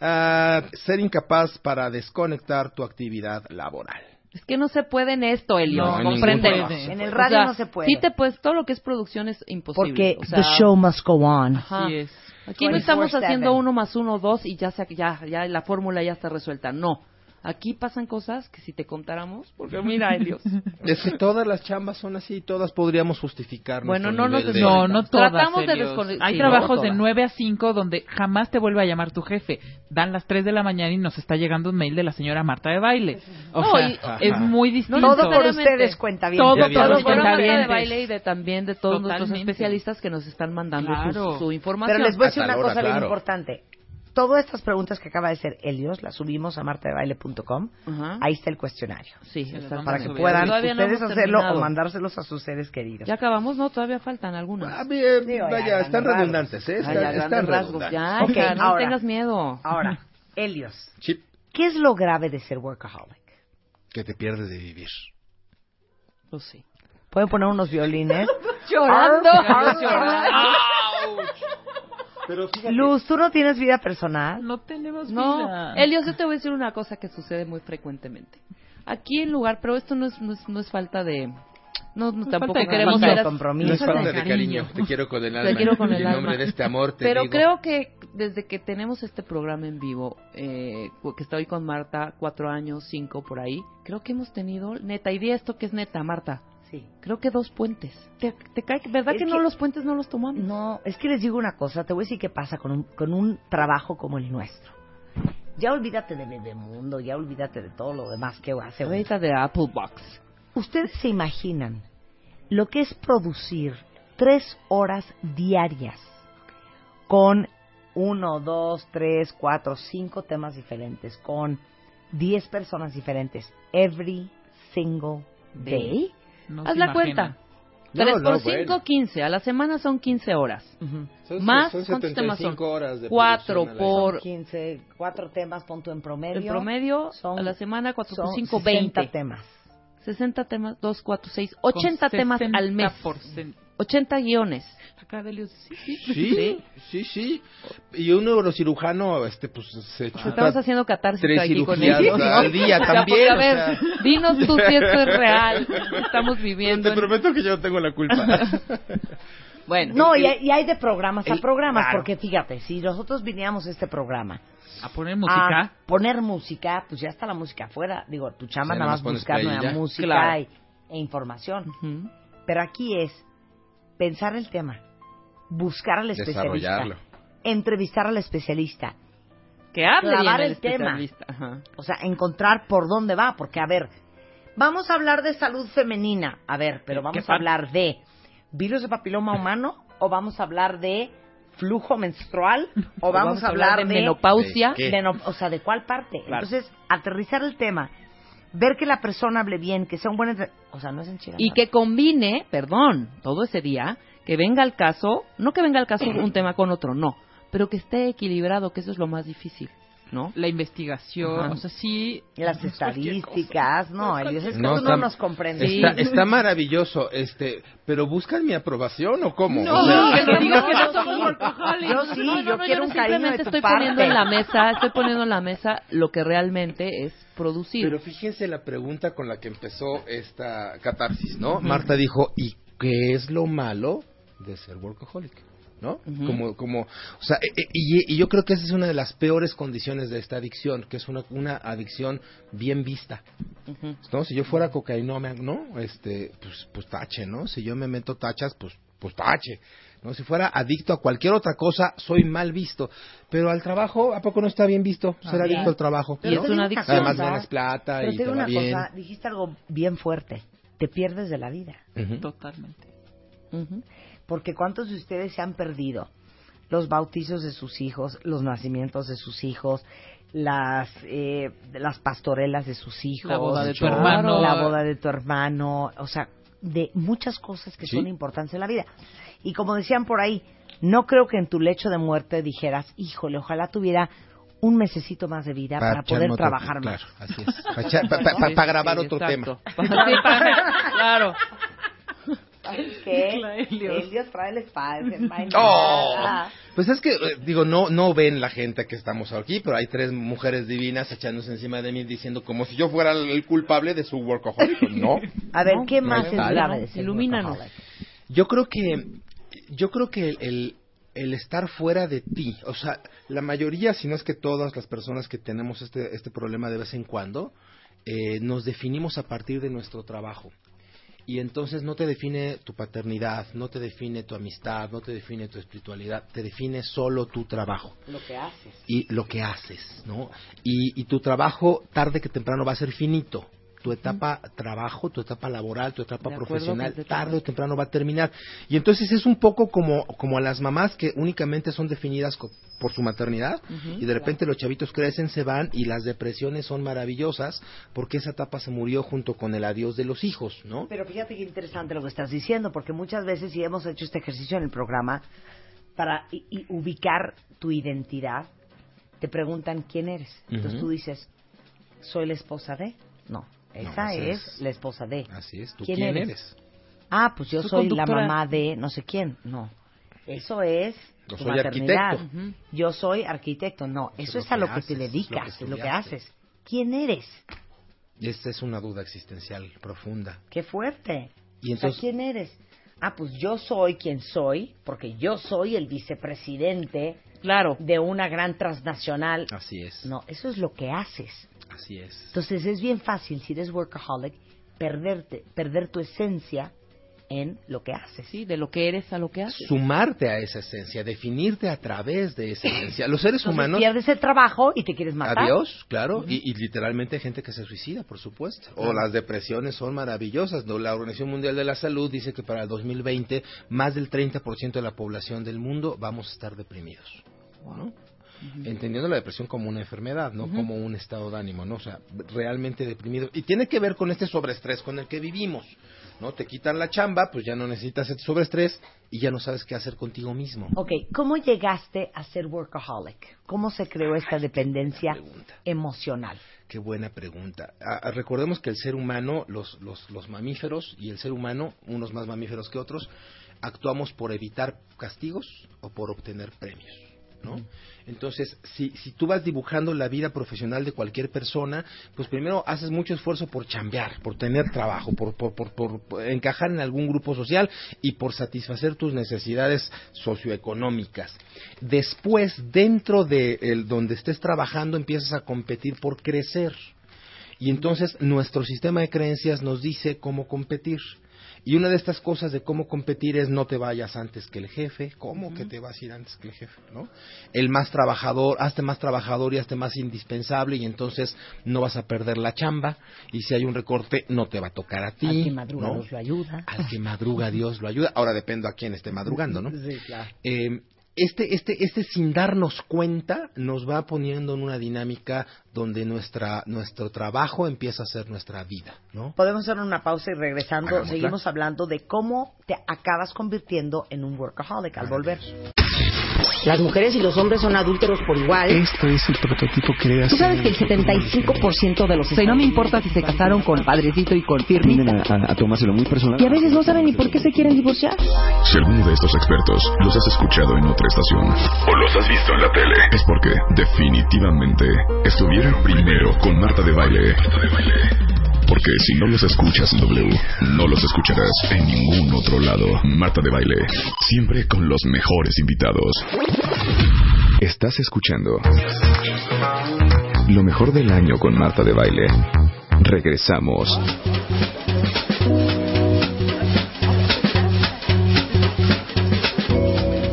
[SPEAKER 8] Ah, ser incapaz para desconectar tu actividad laboral.
[SPEAKER 6] Es que no se puede en esto, Elio.
[SPEAKER 8] No, en ningún
[SPEAKER 6] Compréndelo.
[SPEAKER 8] trabajo se
[SPEAKER 7] En el
[SPEAKER 6] O
[SPEAKER 7] radio
[SPEAKER 6] sea,
[SPEAKER 7] no se puede.
[SPEAKER 6] Sí te puedes, todo lo que es producción es imposible.
[SPEAKER 7] Porque
[SPEAKER 6] O sea,
[SPEAKER 7] the show must go on.
[SPEAKER 6] ajá.
[SPEAKER 3] Así es.
[SPEAKER 6] Aquí no estamos
[SPEAKER 7] 24/7.
[SPEAKER 6] haciendo uno más uno, dos y ya, se, ya, ya la fórmula ya está resuelta. No. Aquí pasan cosas que si te contáramos, porque mira, ay Dios.
[SPEAKER 8] Es que todas las chambas son así y todas podríamos justificar.
[SPEAKER 6] Bueno,
[SPEAKER 8] nuestro
[SPEAKER 6] no nos
[SPEAKER 8] nivel de-
[SPEAKER 3] No, no todas.
[SPEAKER 6] Tratamos de
[SPEAKER 3] Helios.
[SPEAKER 6] descone-
[SPEAKER 3] Hay
[SPEAKER 6] sí,
[SPEAKER 3] trabajos
[SPEAKER 6] no
[SPEAKER 3] de
[SPEAKER 6] todas.
[SPEAKER 3] 9 a 5 donde jamás te vuelve a llamar tu jefe. Dan las 3 de la mañana y nos está llegando un mail de la señora Marta de baile. O
[SPEAKER 6] No,
[SPEAKER 3] sea,
[SPEAKER 6] y-
[SPEAKER 3] es
[SPEAKER 8] Ajá.
[SPEAKER 3] muy distinto.
[SPEAKER 7] Todo por
[SPEAKER 6] necesariamente.
[SPEAKER 7] ustedes cuenta bien.
[SPEAKER 3] Todo,
[SPEAKER 8] Ya había-
[SPEAKER 3] todo,
[SPEAKER 6] Todo
[SPEAKER 8] Todos
[SPEAKER 6] el programa de,
[SPEAKER 3] cuentavientes.
[SPEAKER 6] baile y de también de todos nuestros
[SPEAKER 3] Totalmente.
[SPEAKER 6] especialistas que nos están mandando su-
[SPEAKER 3] Claro.
[SPEAKER 6] su, información.
[SPEAKER 7] Pero les voy a decir
[SPEAKER 8] Hasta
[SPEAKER 7] una
[SPEAKER 8] la hora,
[SPEAKER 7] cosa bien
[SPEAKER 8] claro.
[SPEAKER 7] importante. Todas estas preguntas que acaba de hacer Helios las subimos a martadebaile.com.
[SPEAKER 6] Ajá.
[SPEAKER 7] Ahí está el cuestionario.
[SPEAKER 6] Sí,
[SPEAKER 3] Se los
[SPEAKER 6] están
[SPEAKER 3] vamos
[SPEAKER 7] Para
[SPEAKER 3] a
[SPEAKER 7] que
[SPEAKER 3] subir.
[SPEAKER 7] puedan
[SPEAKER 6] Todavía no
[SPEAKER 7] ustedes
[SPEAKER 6] hemos
[SPEAKER 7] hacerlo
[SPEAKER 6] terminado.
[SPEAKER 7] o mandárselos a sus seres queridos.
[SPEAKER 6] ¿Ya acabamos? No, todavía faltan
[SPEAKER 8] Ah,
[SPEAKER 6] algunas.
[SPEAKER 8] bien,
[SPEAKER 7] Digo, ya,
[SPEAKER 8] vaya, están
[SPEAKER 7] grandes
[SPEAKER 8] redundantes, ¿eh?
[SPEAKER 6] Ay,
[SPEAKER 8] Están,
[SPEAKER 6] a grandes
[SPEAKER 8] están
[SPEAKER 6] rasgos.
[SPEAKER 8] redundantes.
[SPEAKER 6] Ya,
[SPEAKER 7] Ok,
[SPEAKER 6] hija, no
[SPEAKER 7] ahora.
[SPEAKER 6] tengas miedo.
[SPEAKER 7] (laughs) Ahora, Helios,
[SPEAKER 8] Chip,
[SPEAKER 7] ¿qué es lo grave de ser workaholic?
[SPEAKER 8] que te pierdes de vivir.
[SPEAKER 6] Pues sí.
[SPEAKER 7] Pueden poner unos (laughs) violines.
[SPEAKER 6] Llorando.
[SPEAKER 7] Arr, arr, arr.
[SPEAKER 8] Pero fíjate,
[SPEAKER 7] Ah, Luz, ¿tú no tienes vida personal?
[SPEAKER 3] No tenemos
[SPEAKER 6] No,
[SPEAKER 3] vida.
[SPEAKER 6] Elios, yo te voy a decir una cosa que sucede muy frecuentemente. Aquí en lugar, pero esto no es, no es, no es falta de... No, no,
[SPEAKER 3] es
[SPEAKER 6] tampoco
[SPEAKER 3] falta de
[SPEAKER 6] queremos
[SPEAKER 7] falta de
[SPEAKER 6] ser así.
[SPEAKER 7] compromiso.
[SPEAKER 8] no es falta de
[SPEAKER 3] Cariño.
[SPEAKER 8] cariño, te quiero con el
[SPEAKER 6] Te
[SPEAKER 8] alma.
[SPEAKER 6] quiero con
[SPEAKER 8] Y
[SPEAKER 6] el
[SPEAKER 8] En nombre
[SPEAKER 6] alma.
[SPEAKER 8] de este amor te
[SPEAKER 6] Pero
[SPEAKER 8] digo,
[SPEAKER 6] creo que desde que tenemos este programa en vivo, eh, que estoy con Marta, cuatro años, cinco por ahí, creo que hemos tenido, neta, y di esto que es neta, Marta,
[SPEAKER 7] Sí.
[SPEAKER 6] creo que dos puentes. ¿Te, te cae? ¿Verdad
[SPEAKER 7] Es
[SPEAKER 6] que, no
[SPEAKER 7] que-
[SPEAKER 6] los puentes no los tomamos?
[SPEAKER 7] No, es que les digo una cosa, te voy a decir qué pasa con un, con un trabajo como el nuestro. Ya olvídate de Bebemundo, ya olvídate de todo lo demás que hace. uno.
[SPEAKER 6] Ahorita de Apple Box.
[SPEAKER 7] ¿Ustedes se imaginan lo que es producir tres horas diarias con uno, dos, tres, cuatro, cinco temas diferentes, con diez personas diferentes, every single day?
[SPEAKER 3] No
[SPEAKER 6] Haz
[SPEAKER 3] se
[SPEAKER 6] la
[SPEAKER 3] imaginan.
[SPEAKER 6] cuenta.
[SPEAKER 8] No,
[SPEAKER 6] Tres
[SPEAKER 8] no,
[SPEAKER 6] por cinco,
[SPEAKER 8] bueno.
[SPEAKER 6] 15. A la semana son 15 horas.
[SPEAKER 8] son-
[SPEAKER 6] Más,
[SPEAKER 8] son
[SPEAKER 6] ¿cuántos temas son?
[SPEAKER 8] 75 horas de
[SPEAKER 6] Cuatro
[SPEAKER 8] producción al aire.
[SPEAKER 6] por...
[SPEAKER 7] 15, cuatro temas, punto en promedio.
[SPEAKER 6] El promedio
[SPEAKER 7] son-
[SPEAKER 6] a la semana, 4 por
[SPEAKER 7] son
[SPEAKER 6] 5,
[SPEAKER 7] 60
[SPEAKER 6] 20.
[SPEAKER 7] temas.
[SPEAKER 6] 60 temas, 2, 4, 6,
[SPEAKER 3] Con
[SPEAKER 6] 80 temas al mes.
[SPEAKER 3] 60%.
[SPEAKER 6] 80 guiones.
[SPEAKER 3] Acá de Elios, sí, sí.
[SPEAKER 8] Sí, sí, sí. Y un neurocirujano, este, pues, se
[SPEAKER 6] Pues
[SPEAKER 8] chuta
[SPEAKER 6] estamos haciendo catarsis
[SPEAKER 8] tres
[SPEAKER 6] aquí con
[SPEAKER 8] cirugías
[SPEAKER 6] ellos, ¿no?
[SPEAKER 8] al día
[SPEAKER 6] (laughs) O sea,
[SPEAKER 8] también,
[SPEAKER 6] porque,
[SPEAKER 8] o
[SPEAKER 6] a ver,
[SPEAKER 8] sea.
[SPEAKER 6] dinos tú si esto es
[SPEAKER 8] (laughs)
[SPEAKER 6] real. Estamos viviendo.
[SPEAKER 8] Pues, Te
[SPEAKER 6] en-
[SPEAKER 8] prometo que yo no tengo la culpa.
[SPEAKER 6] Bueno,
[SPEAKER 7] No, y hay, y hay de programas a
[SPEAKER 8] el-
[SPEAKER 7] programas,
[SPEAKER 8] claro.
[SPEAKER 7] porque fíjate, si nosotros viniéramos a este programa
[SPEAKER 3] A
[SPEAKER 6] Ah,
[SPEAKER 3] poner música.
[SPEAKER 7] a poner música, pues ya está la música afuera. Digo, tu chamba
[SPEAKER 8] O sea,
[SPEAKER 7] nada
[SPEAKER 8] nomás
[SPEAKER 7] más
[SPEAKER 8] pones
[SPEAKER 7] buscar
[SPEAKER 8] play y
[SPEAKER 7] nueva
[SPEAKER 8] ya.
[SPEAKER 7] música
[SPEAKER 6] Claro.
[SPEAKER 7] y- e información.
[SPEAKER 6] Ujú.
[SPEAKER 7] Pero aquí es pensar el tema, buscar al especialista,
[SPEAKER 8] Desarrollarlo.
[SPEAKER 7] entrevistar al especialista,
[SPEAKER 6] que hable
[SPEAKER 7] Clavar
[SPEAKER 6] bien el,
[SPEAKER 7] el tema.
[SPEAKER 6] especialista. Ajá.
[SPEAKER 7] o sea, encontrar por dónde va, porque a ver, vamos a hablar de salud femenina, a ver, pero vamos a
[SPEAKER 3] par-
[SPEAKER 7] hablar de virus de papiloma humano o vamos a hablar de flujo menstrual (laughs) o vamos, a hablar de,
[SPEAKER 6] menopausia.
[SPEAKER 8] ¿De qué?
[SPEAKER 7] de no- o sea, ¿de cuál parte? Entonces, aterrizar el tema, ver que la persona hable bien, que sea un buen... entre- O sea, no es enchilada.
[SPEAKER 6] Y que combine, perdón, todo ese día, que venga al caso, no que venga al caso un tema con otro, no, pero que esté equilibrado, que eso es lo más difícil, ¿no?
[SPEAKER 3] La investigación.
[SPEAKER 6] Ajá.
[SPEAKER 3] O sea, sí.
[SPEAKER 7] Las estadísticas, no, Elios, es que
[SPEAKER 8] No,
[SPEAKER 7] tú no
[SPEAKER 8] está-
[SPEAKER 7] nos comprendes.
[SPEAKER 8] Está, está maravilloso, este, pero buscan mi aprobación o cómo?
[SPEAKER 3] No,
[SPEAKER 8] O sea,
[SPEAKER 7] (laughs)
[SPEAKER 3] que no digas que no
[SPEAKER 7] sí.
[SPEAKER 3] somos workaholics.
[SPEAKER 7] Yo sí,
[SPEAKER 6] No, no,
[SPEAKER 7] yo
[SPEAKER 6] no,
[SPEAKER 7] quiero
[SPEAKER 6] no,
[SPEAKER 7] un cariño de
[SPEAKER 6] simplemente
[SPEAKER 7] tu
[SPEAKER 6] estoy
[SPEAKER 7] parte.
[SPEAKER 6] poniendo en la mesa, estoy poniendo en la mesa lo que realmente es producir.
[SPEAKER 8] Pero fíjense la pregunta con la que empezó esta catarsis, ¿no? Marta dijo, ¿y qué es lo malo de ser workaholic? ¿No?
[SPEAKER 6] Ujú.
[SPEAKER 8] Como, como, o sea, e- e- y, y yo creo que esa es una de las peores condiciones de esta adicción, que es una, una adicción bien vista,
[SPEAKER 6] Ujú.
[SPEAKER 8] ¿no? Si yo fuera cocainómano, ¿no? Este, pues, pues tache, ¿no? Si yo me meto tachas, pues, pues tache, ¿no? Si fuera adicto a cualquier otra cosa, soy mal visto, pero al trabajo, ¿a poco no está bien visto ser
[SPEAKER 7] Ah,
[SPEAKER 8] adicto
[SPEAKER 7] bien.
[SPEAKER 8] al trabajo?
[SPEAKER 6] Y
[SPEAKER 8] ¿no?
[SPEAKER 6] es una adicción.
[SPEAKER 8] Además ganas plata
[SPEAKER 7] Pero
[SPEAKER 8] y
[SPEAKER 7] te
[SPEAKER 8] te
[SPEAKER 7] digo
[SPEAKER 8] va
[SPEAKER 7] una
[SPEAKER 8] bien.
[SPEAKER 7] cosa, dijiste algo bien fuerte, te pierdes de la vida.
[SPEAKER 8] Ujú.
[SPEAKER 3] Totalmente.
[SPEAKER 6] Ujú.
[SPEAKER 7] Porque ¿cuántos de ustedes se han perdido? Los bautizos de sus hijos, los nacimientos de sus hijos, las, eh, las pastorelas de sus hijos.
[SPEAKER 3] La boda de tu
[SPEAKER 8] Claro.
[SPEAKER 3] hermano.
[SPEAKER 7] La boda de tu hermano. O sea, de muchas cosas que
[SPEAKER 8] Sí.
[SPEAKER 7] son importantes en la vida. Y como decían por ahí, no creo que en tu lecho de muerte dijeras, híjole, ojalá tuviera un mesecito más de vida para, poder
[SPEAKER 8] echarme otro-
[SPEAKER 7] trabajar más.
[SPEAKER 8] claro, así es. Para, echar-
[SPEAKER 7] (laughs)
[SPEAKER 8] pa- pa- pa- pa grabar otro tema.
[SPEAKER 3] (laughs)
[SPEAKER 6] Sí, para- claro.
[SPEAKER 7] ¿Sabes qué?
[SPEAKER 3] Claro, Helios.
[SPEAKER 7] Helios trae el spa, es el mind-
[SPEAKER 8] (laughs) ¡Oh! Pues es que, eh, digo, no no ven la gente que estamos aquí, pero hay tres mujeres divinas echándose encima de mí diciendo como si yo fuera el culpable de su workaholic.
[SPEAKER 7] (laughs)
[SPEAKER 8] No.
[SPEAKER 7] A ver, ¿qué
[SPEAKER 8] no
[SPEAKER 7] más
[SPEAKER 8] hay
[SPEAKER 7] es
[SPEAKER 8] tal.
[SPEAKER 7] grave de ser
[SPEAKER 6] Ilumínanos.
[SPEAKER 7] workaholic?
[SPEAKER 8] Yo creo que, yo creo que el, el- el estar fuera de ti. O sea, la mayoría, si no es que todas las personas que tenemos este, este problema de vez en cuando, eh, nos definimos a partir de nuestro trabajo. Y entonces no te define tu paternidad, no te define tu amistad, no te define tu espiritualidad, te define solo tu trabajo
[SPEAKER 6] Lo que haces.
[SPEAKER 8] y lo que haces, ¿no? Y, y tu trabajo tarde que temprano va a ser finito. Tu etapa trabajo, tu etapa laboral, tu etapa
[SPEAKER 6] De acuerdo,
[SPEAKER 8] profesional,
[SPEAKER 6] completamente.
[SPEAKER 8] tarde o temprano va a terminar. Y entonces es un poco como, como a las mamás que únicamente son definidas co- por su maternidad y de repente los chavitos crecen, se van y las depresiones son maravillosas porque esa etapa se murió junto con el adiós de los hijos, ¿no?
[SPEAKER 7] Pero fíjate qué interesante lo que estás diciendo, porque muchas veces sí hemos hecho este ejercicio en el programa para i- i- ubicar tu identidad. Te preguntan quién eres. Entonces
[SPEAKER 8] Ujú.
[SPEAKER 7] tú dices, soy la esposa de. No, esa
[SPEAKER 8] esa
[SPEAKER 7] es,
[SPEAKER 8] es-
[SPEAKER 7] la esposa de.
[SPEAKER 8] Así es, ¿tú
[SPEAKER 7] ¿Quién
[SPEAKER 8] quién,
[SPEAKER 7] eres?
[SPEAKER 8] eres?
[SPEAKER 7] Ah, pues yo
[SPEAKER 3] Su
[SPEAKER 7] soy la
[SPEAKER 3] conductora.
[SPEAKER 7] mamá de no sé quién. No, eso es
[SPEAKER 8] Yo
[SPEAKER 7] tu
[SPEAKER 8] soy
[SPEAKER 7] maternidad.
[SPEAKER 8] arquitecto.
[SPEAKER 6] Ujú.
[SPEAKER 7] Yo soy arquitecto. No,
[SPEAKER 8] Eso
[SPEAKER 7] eso
[SPEAKER 8] es
[SPEAKER 7] es
[SPEAKER 8] lo
[SPEAKER 7] a
[SPEAKER 8] que
[SPEAKER 7] lo que te
[SPEAKER 8] haces, es lo que
[SPEAKER 7] dedicas, es lo que
[SPEAKER 8] estudiaste.
[SPEAKER 7] haces. ¿Quién eres?
[SPEAKER 8] Y esta es una duda existencial profunda.
[SPEAKER 7] Qué fuerte.
[SPEAKER 8] Y
[SPEAKER 7] O sea,
[SPEAKER 8] entonces,
[SPEAKER 7] ¿quién eres? Ah, pues yo soy quien soy, porque yo soy el vicepresidente
[SPEAKER 6] Claro.
[SPEAKER 7] de una gran transnacional.
[SPEAKER 8] así es,
[SPEAKER 7] No, eso es lo que haces.
[SPEAKER 8] así es.
[SPEAKER 7] Entonces es bien fácil, si eres workaholic, perderte, perder tu esencia en lo que haces.
[SPEAKER 6] Sí, de lo que eres a lo que haces.
[SPEAKER 8] sumarte a esa esencia, definirte a través de esa esencia. Los seres
[SPEAKER 7] Entonces
[SPEAKER 8] humanos,
[SPEAKER 7] pierdes el trabajo y te quieres matar.
[SPEAKER 8] adiós, claro, y, y literalmente gente que se suicida, por supuesto. O las depresiones son maravillosas. ¿no? La Organización Mundial de la Salud dice que para el 2020 más del 30% de la población del mundo vamos a estar deprimidos. ¿no? Entendiendo la depresión como una enfermedad, no como un estado de ánimo, ¿no? O sea, realmente deprimido. Y tiene que ver con este sobreestrés con el que vivimos, ¿no? Te quitan la chamba, pues ya no necesitas el sobreestrés y ya no sabes qué hacer contigo mismo.
[SPEAKER 7] Ok, ¿cómo llegaste a ser workaholic? ¿Cómo se creó esta dependencia
[SPEAKER 8] pregunta.
[SPEAKER 7] emocional?
[SPEAKER 8] Qué buena pregunta. A- a- recordemos que el ser humano, los, los, los mamíferos y el ser humano, unos más mamíferos que otros, actuamos por evitar castigos o por obtener premios. ¿no? Entonces, si, si tú vas dibujando la vida profesional de cualquier persona, pues primero haces mucho esfuerzo por chambear, por tener trabajo, por, por, por- por- por encajar en algún grupo social y por satisfacer tus necesidades socioeconómicas. Después, dentro de el- donde estés trabajando, empiezas a competir por crecer. Y entonces nuestro sistema de creencias nos dice cómo competir. Y una de estas cosas de cómo competir es no te vayas antes que el jefe. ¿Cómo que te vas a ir antes que el jefe? ¿No? El más trabajador, hazte más trabajador y hazte más indispensable y entonces no vas a perder la chamba. Y si hay un recorte, no te va a tocar a ti.
[SPEAKER 7] Al que madruga
[SPEAKER 8] ¿no?
[SPEAKER 7] Dios lo ayuda.
[SPEAKER 8] Al que madruga Dios lo ayuda. Ahora dependo a quién esté madrugando, ¿no?
[SPEAKER 7] Sí, claro.
[SPEAKER 8] Eh, este, este, este sin darnos cuenta nos va poniendo en una dinámica donde nuestra, nuestro trabajo empieza a ser nuestra vida, ¿no?
[SPEAKER 7] Podemos hacer una pausa y regresando
[SPEAKER 8] Hagámosla.
[SPEAKER 7] seguimos hablando de cómo te acabas convirtiendo en un workaholic al volver.
[SPEAKER 9] Las mujeres y los hombres son adúlteros por igual.
[SPEAKER 4] Esto es el prototipo que debe
[SPEAKER 9] Tú sabes que el 75% de los...
[SPEAKER 6] no me importa si se casaron con Padrecito y con Firmin.
[SPEAKER 5] Tienden a, a- a tomárselo muy personal.
[SPEAKER 9] Y a veces no saben ni por qué se quieren divorciar.
[SPEAKER 1] Si alguno de estos expertos los has escuchado en otra estación o los has visto en la tele, es porque definitivamente estuvieron primero con Marta de Baile. Porque si no los escuchas en W, no los escucharás en ningún otro lado. Marta de Baile, siempre con los mejores invitados. Estás escuchando Lo mejor del año con Marta de Baile. Regresamos.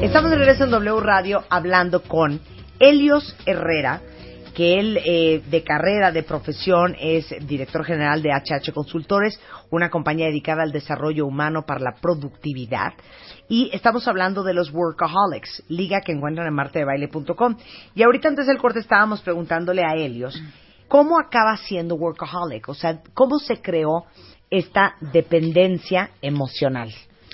[SPEAKER 7] Estamos de regreso en W Radio hablando con Helios Herrera, que él eh, de carrera, de profesión, es director general de HH Consultores, una compañía dedicada al desarrollo humano para la productividad. Y estamos hablando de los workaholics, liga que encuentran en martadebaile.com. Y ahorita antes del corte estábamos preguntándole a Helios, ¿cómo acaba siendo workaholic? O sea, ¿cómo se creó esta dependencia emocional?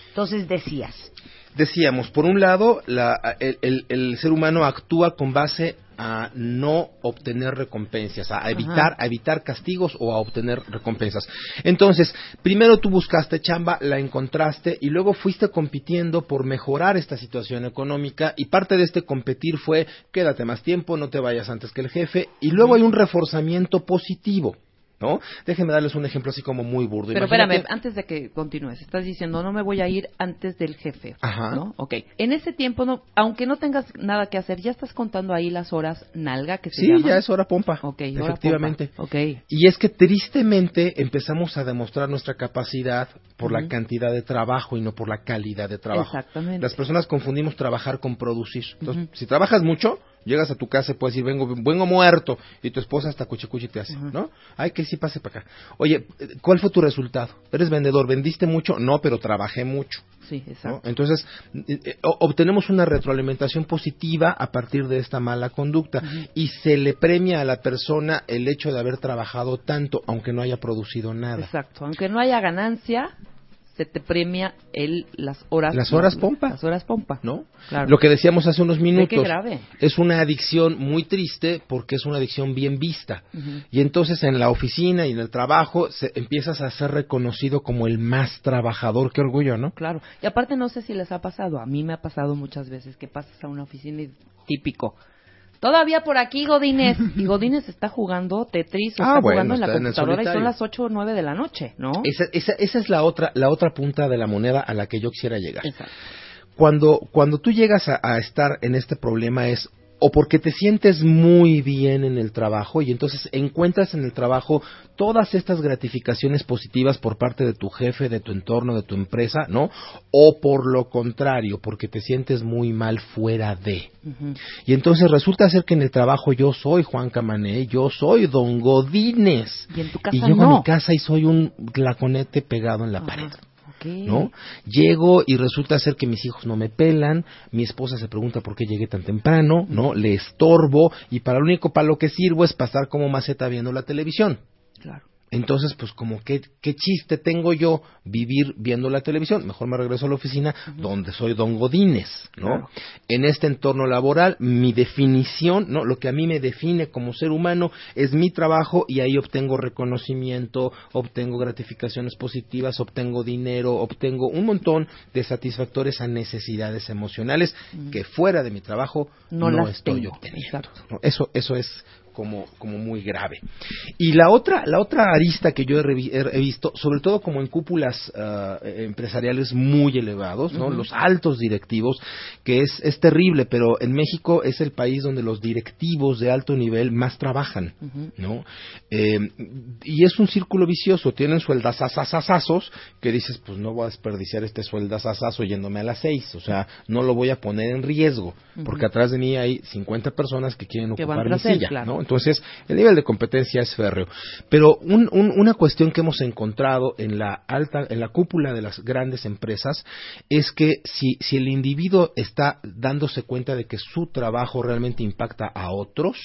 [SPEAKER 7] Entonces decías.
[SPEAKER 8] decíamos, por un lado, la- el, el- el ser humano actúa con base a no obtener recompensas, a evitar, a evitar castigos o a obtener recompensas. Entonces, primero tú buscaste chamba, la encontraste y luego fuiste compitiendo por mejorar esta situación económica y parte de este competir fue quédate más tiempo, no te vayas antes que el jefe y luego hay un reforzamiento positivo. ¿no? Déjenme darles un ejemplo así como muy burdo.
[SPEAKER 6] Pero
[SPEAKER 8] Imagínate-
[SPEAKER 6] espérame, antes de que continúes, estás diciendo, no me voy a ir antes del jefe,
[SPEAKER 8] Ajá.
[SPEAKER 6] ¿no? Ok. En ese tiempo, no, aunque no tengas nada que hacer, ya estás contando ahí las horas nalga que se
[SPEAKER 8] Sí,
[SPEAKER 6] llaman?
[SPEAKER 8] ya es hora pompa.
[SPEAKER 6] Ok, hora
[SPEAKER 8] Efectivamente.
[SPEAKER 6] pompa. Ok.
[SPEAKER 8] Y es que tristemente empezamos a demostrar nuestra capacidad por la
[SPEAKER 6] Ujú.
[SPEAKER 8] cantidad de trabajo y no por la calidad de trabajo.
[SPEAKER 6] Exactamente.
[SPEAKER 8] Las personas confundimos trabajar con producir. Entonces, si trabajas mucho, llegas a tu casa y puedes decir, vengo, vengo muerto, y tu esposa hasta cuchicuchi te hace, ¿no? Ay, que sí pase para acá. Oye, eh, ¿cuál fue tu resultado? ¿Eres vendedor? ¿Vendiste mucho? No, pero trabajé mucho.
[SPEAKER 6] Sí,
[SPEAKER 8] ¿no?
[SPEAKER 6] exacto.
[SPEAKER 8] Entonces, eh, eh, o- obtenemos una retroalimentación positiva a partir de esta mala conducta y se le premia a la persona el hecho de haber trabajado tanto, aunque no haya producido nada.
[SPEAKER 6] Exacto. Aunque no haya ganancia, se te premia el, las horas.
[SPEAKER 8] Las horas pompa.
[SPEAKER 6] Las horas pompa.
[SPEAKER 8] ¿No?
[SPEAKER 6] Claro.
[SPEAKER 8] Lo que decíamos hace unos
[SPEAKER 6] Ve
[SPEAKER 8] minutos.
[SPEAKER 6] qué grave.
[SPEAKER 8] Es una adicción muy triste porque es una adicción bien vista.
[SPEAKER 6] Ujú.
[SPEAKER 8] Y entonces en la oficina y en el trabajo se, empiezas a ser reconocido como el más trabajador. Qué orgullo, ¿no?
[SPEAKER 6] Claro. Y aparte no sé si les ha pasado, a mí me ha pasado muchas veces que pasas a una oficina y típico. Todavía por aquí Godínez. Y Godínez está jugando Tetris o
[SPEAKER 8] Ah,
[SPEAKER 6] está
[SPEAKER 8] bueno,
[SPEAKER 6] jugando en la
[SPEAKER 8] está en el
[SPEAKER 6] computadora y son
[SPEAKER 8] solitario.
[SPEAKER 6] las 8 o 9 de la noche, ¿no?
[SPEAKER 8] Esa, esa- esa es la otra, la otra punta de la moneda a la que yo quisiera llegar.
[SPEAKER 6] Exacto.
[SPEAKER 8] Cuando, cuando tú llegas a, a estar en este problema es o porque te sientes muy bien en el trabajo y entonces encuentras en el trabajo todas estas gratificaciones positivas por parte de tu jefe, de tu entorno, de tu empresa, ¿no? O por lo contrario, porque te sientes muy mal fuera de.
[SPEAKER 6] Ujú.
[SPEAKER 8] Y entonces resulta ser que en el trabajo yo soy Juan Camané, yo soy Don Godínez.
[SPEAKER 6] Y en tu
[SPEAKER 8] Y
[SPEAKER 6] casa
[SPEAKER 8] llego a
[SPEAKER 6] no.
[SPEAKER 8] mi casa y soy un glaconete pegado en la
[SPEAKER 6] Ajá.
[SPEAKER 8] pared,
[SPEAKER 6] Ok.
[SPEAKER 8] ¿no? Llego y resulta ser que mis hijos no me pelan, mi esposa se pregunta por qué llegué tan temprano, ¿no? Le estorbo y para lo único para lo que sirvo es pasar como maceta viendo la televisión.
[SPEAKER 6] Claro.
[SPEAKER 8] Entonces, pues como qué, qué chiste tengo yo vivir viendo la televisión, mejor me regreso a la oficina donde soy Don Godínez, ¿no?
[SPEAKER 6] Claro.
[SPEAKER 8] En este entorno laboral, mi definición, ¿no? Lo que a mí me define como ser humano es mi trabajo y ahí obtengo reconocimiento, obtengo gratificaciones positivas, obtengo dinero, obtengo un montón de satisfactores a necesidades emocionales que fuera de mi trabajo
[SPEAKER 6] No
[SPEAKER 8] no,
[SPEAKER 6] las
[SPEAKER 8] estoy
[SPEAKER 6] tengo,
[SPEAKER 8] obteniendo.
[SPEAKER 6] exacto.
[SPEAKER 8] ¿no? Eso, eso es como, como muy grave. Y la otra, la otra arista que yo he, revi- he- he visto, sobre todo como en cúpulas ah, eh, empresariales muy elevados, ¿no? los altos directivos, que es, es terrible, pero en México es el país donde los directivos de alto nivel más trabajan.
[SPEAKER 6] Ujú.
[SPEAKER 8] ¿no? Eh, y es un círculo vicioso, tienen sueldazazazazazos que dices, pues no voy a desperdiciar este sueldazazazo yéndome a las seis, o sea, no lo voy a poner en riesgo, porque atrás de mí hay 50 personas que quieren
[SPEAKER 6] Que van
[SPEAKER 8] ocupar mi
[SPEAKER 6] tras él,
[SPEAKER 8] silla,
[SPEAKER 6] claro.
[SPEAKER 8] ¿no? Entonces, el nivel de competencia es férreo. Pero un- un- una cuestión que hemos encontrado en la alta, en la cúpula de las grandes empresas es que si, si el individuo está dándose cuenta de que su trabajo realmente impacta a otros,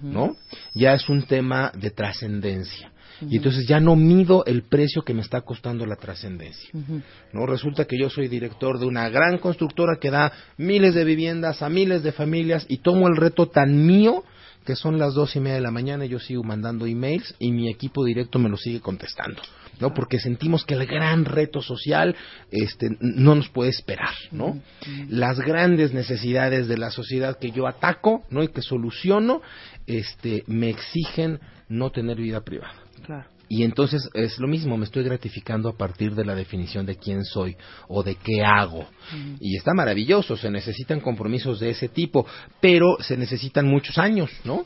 [SPEAKER 8] ¿no? Ya es un tema de trascendencia. Y entonces ya no mido el precio que me está costando la trascendencia.
[SPEAKER 6] Ujú.
[SPEAKER 8] ¿no? Resulta que yo soy director de una gran constructora que da miles de viviendas a miles de familias y tomo el reto tan mío que son las dos y media de la mañana y yo sigo mandando emails y mi equipo directo me lo sigue contestando, ¿no? Porque sentimos que el gran reto social este, n- no nos puede esperar, ¿no? Las grandes necesidades de la sociedad que yo ataco, ¿no? Y que soluciono, este, me exigen no tener vida privada.
[SPEAKER 6] Claro.
[SPEAKER 8] Y entonces es lo mismo, me estoy gratificando a partir de la definición de quién soy o de qué hago. Y está maravilloso, se necesitan compromisos de ese tipo, pero se necesitan muchos años, ¿no?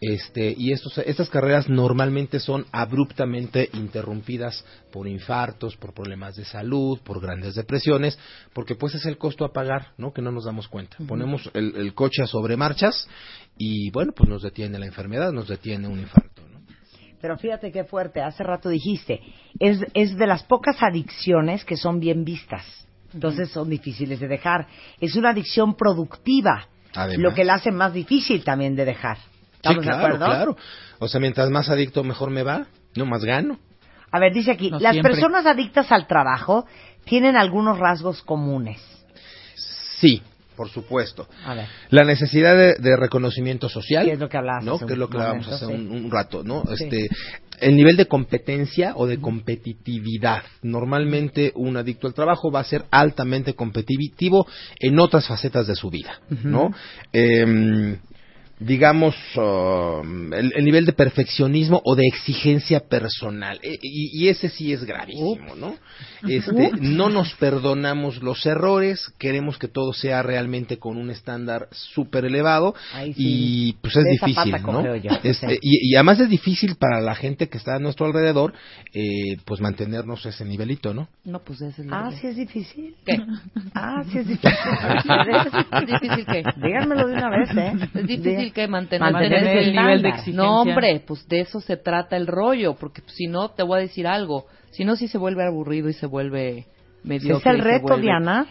[SPEAKER 8] Este, y estos, estas carreras normalmente son abruptamente interrumpidas por infartos, por problemas de salud, por grandes depresiones, porque pues es el costo a pagar, ¿no? Que no nos damos cuenta. Ponemos el, el coche a sobremarchas y bueno, pues nos detiene la enfermedad, nos detiene un infarto, ¿no?
[SPEAKER 7] Pero fíjate qué fuerte, hace rato dijiste, es, es de las pocas adicciones que son bien vistas. Entonces son difíciles de dejar. Es una adicción productiva,
[SPEAKER 8] Además.
[SPEAKER 7] lo que la hace más difícil también de dejar.
[SPEAKER 8] Sí,
[SPEAKER 7] ¿Estamos
[SPEAKER 8] claro,
[SPEAKER 7] de acuerdo?
[SPEAKER 8] claro. O sea, mientras más adicto, mejor me va, no más gano.
[SPEAKER 7] A ver, dice aquí,
[SPEAKER 3] No
[SPEAKER 7] las
[SPEAKER 3] siempre.
[SPEAKER 7] personas adictas al trabajo tienen algunos rasgos comunes.
[SPEAKER 8] Sí, por supuesto.
[SPEAKER 7] A ver.
[SPEAKER 8] La necesidad de, de reconocimiento social.
[SPEAKER 7] Que es lo que hablabas
[SPEAKER 8] ¿no?
[SPEAKER 7] hace
[SPEAKER 8] Que es
[SPEAKER 7] un
[SPEAKER 8] lo que
[SPEAKER 7] momento,
[SPEAKER 8] hablábamos hace
[SPEAKER 7] sí.
[SPEAKER 8] un, un rato, ¿no?
[SPEAKER 7] Sí.
[SPEAKER 8] Este, el nivel de competencia o de competitividad. Normalmente un adicto al trabajo va a ser altamente competitivo en otras facetas de su vida, ¿no? Em, digamos, um, el, el nivel de perfeccionismo o de exigencia personal. E- y, y ese sí es gravísimo, ¿no? Este,
[SPEAKER 10] Ups.
[SPEAKER 8] no nos perdonamos los errores, queremos que todo sea realmente con un estándar súper elevado
[SPEAKER 10] Ahí sí.
[SPEAKER 8] y pues es
[SPEAKER 10] De esa
[SPEAKER 8] difícil,
[SPEAKER 10] pata
[SPEAKER 8] ¿no?
[SPEAKER 10] cogeo yo, o
[SPEAKER 8] Este,
[SPEAKER 10] sea.
[SPEAKER 8] y, y además es difícil para la gente que está a nuestro alrededor, eh, pues mantenernos ese nivelito, ¿no?
[SPEAKER 6] No, pues ese es
[SPEAKER 7] Ah, sí es difícil.
[SPEAKER 6] ¿Qué?
[SPEAKER 7] Ah, sí es difícil.
[SPEAKER 6] ¿Es difícil qué?
[SPEAKER 7] Díganmelo de una vez, ¿eh?
[SPEAKER 6] Es difícil
[SPEAKER 7] Dí-
[SPEAKER 6] que mantener,
[SPEAKER 7] Mantener
[SPEAKER 6] mantener
[SPEAKER 7] el
[SPEAKER 6] ese
[SPEAKER 7] nivel de
[SPEAKER 6] estándar.
[SPEAKER 7] exigencia.
[SPEAKER 6] No, hombre, pues de eso se trata el rollo, porque pues, si no, te voy a decir algo. Si no, sí se vuelve aburrido y se vuelve medio.
[SPEAKER 7] ¿Es el reto, Diana?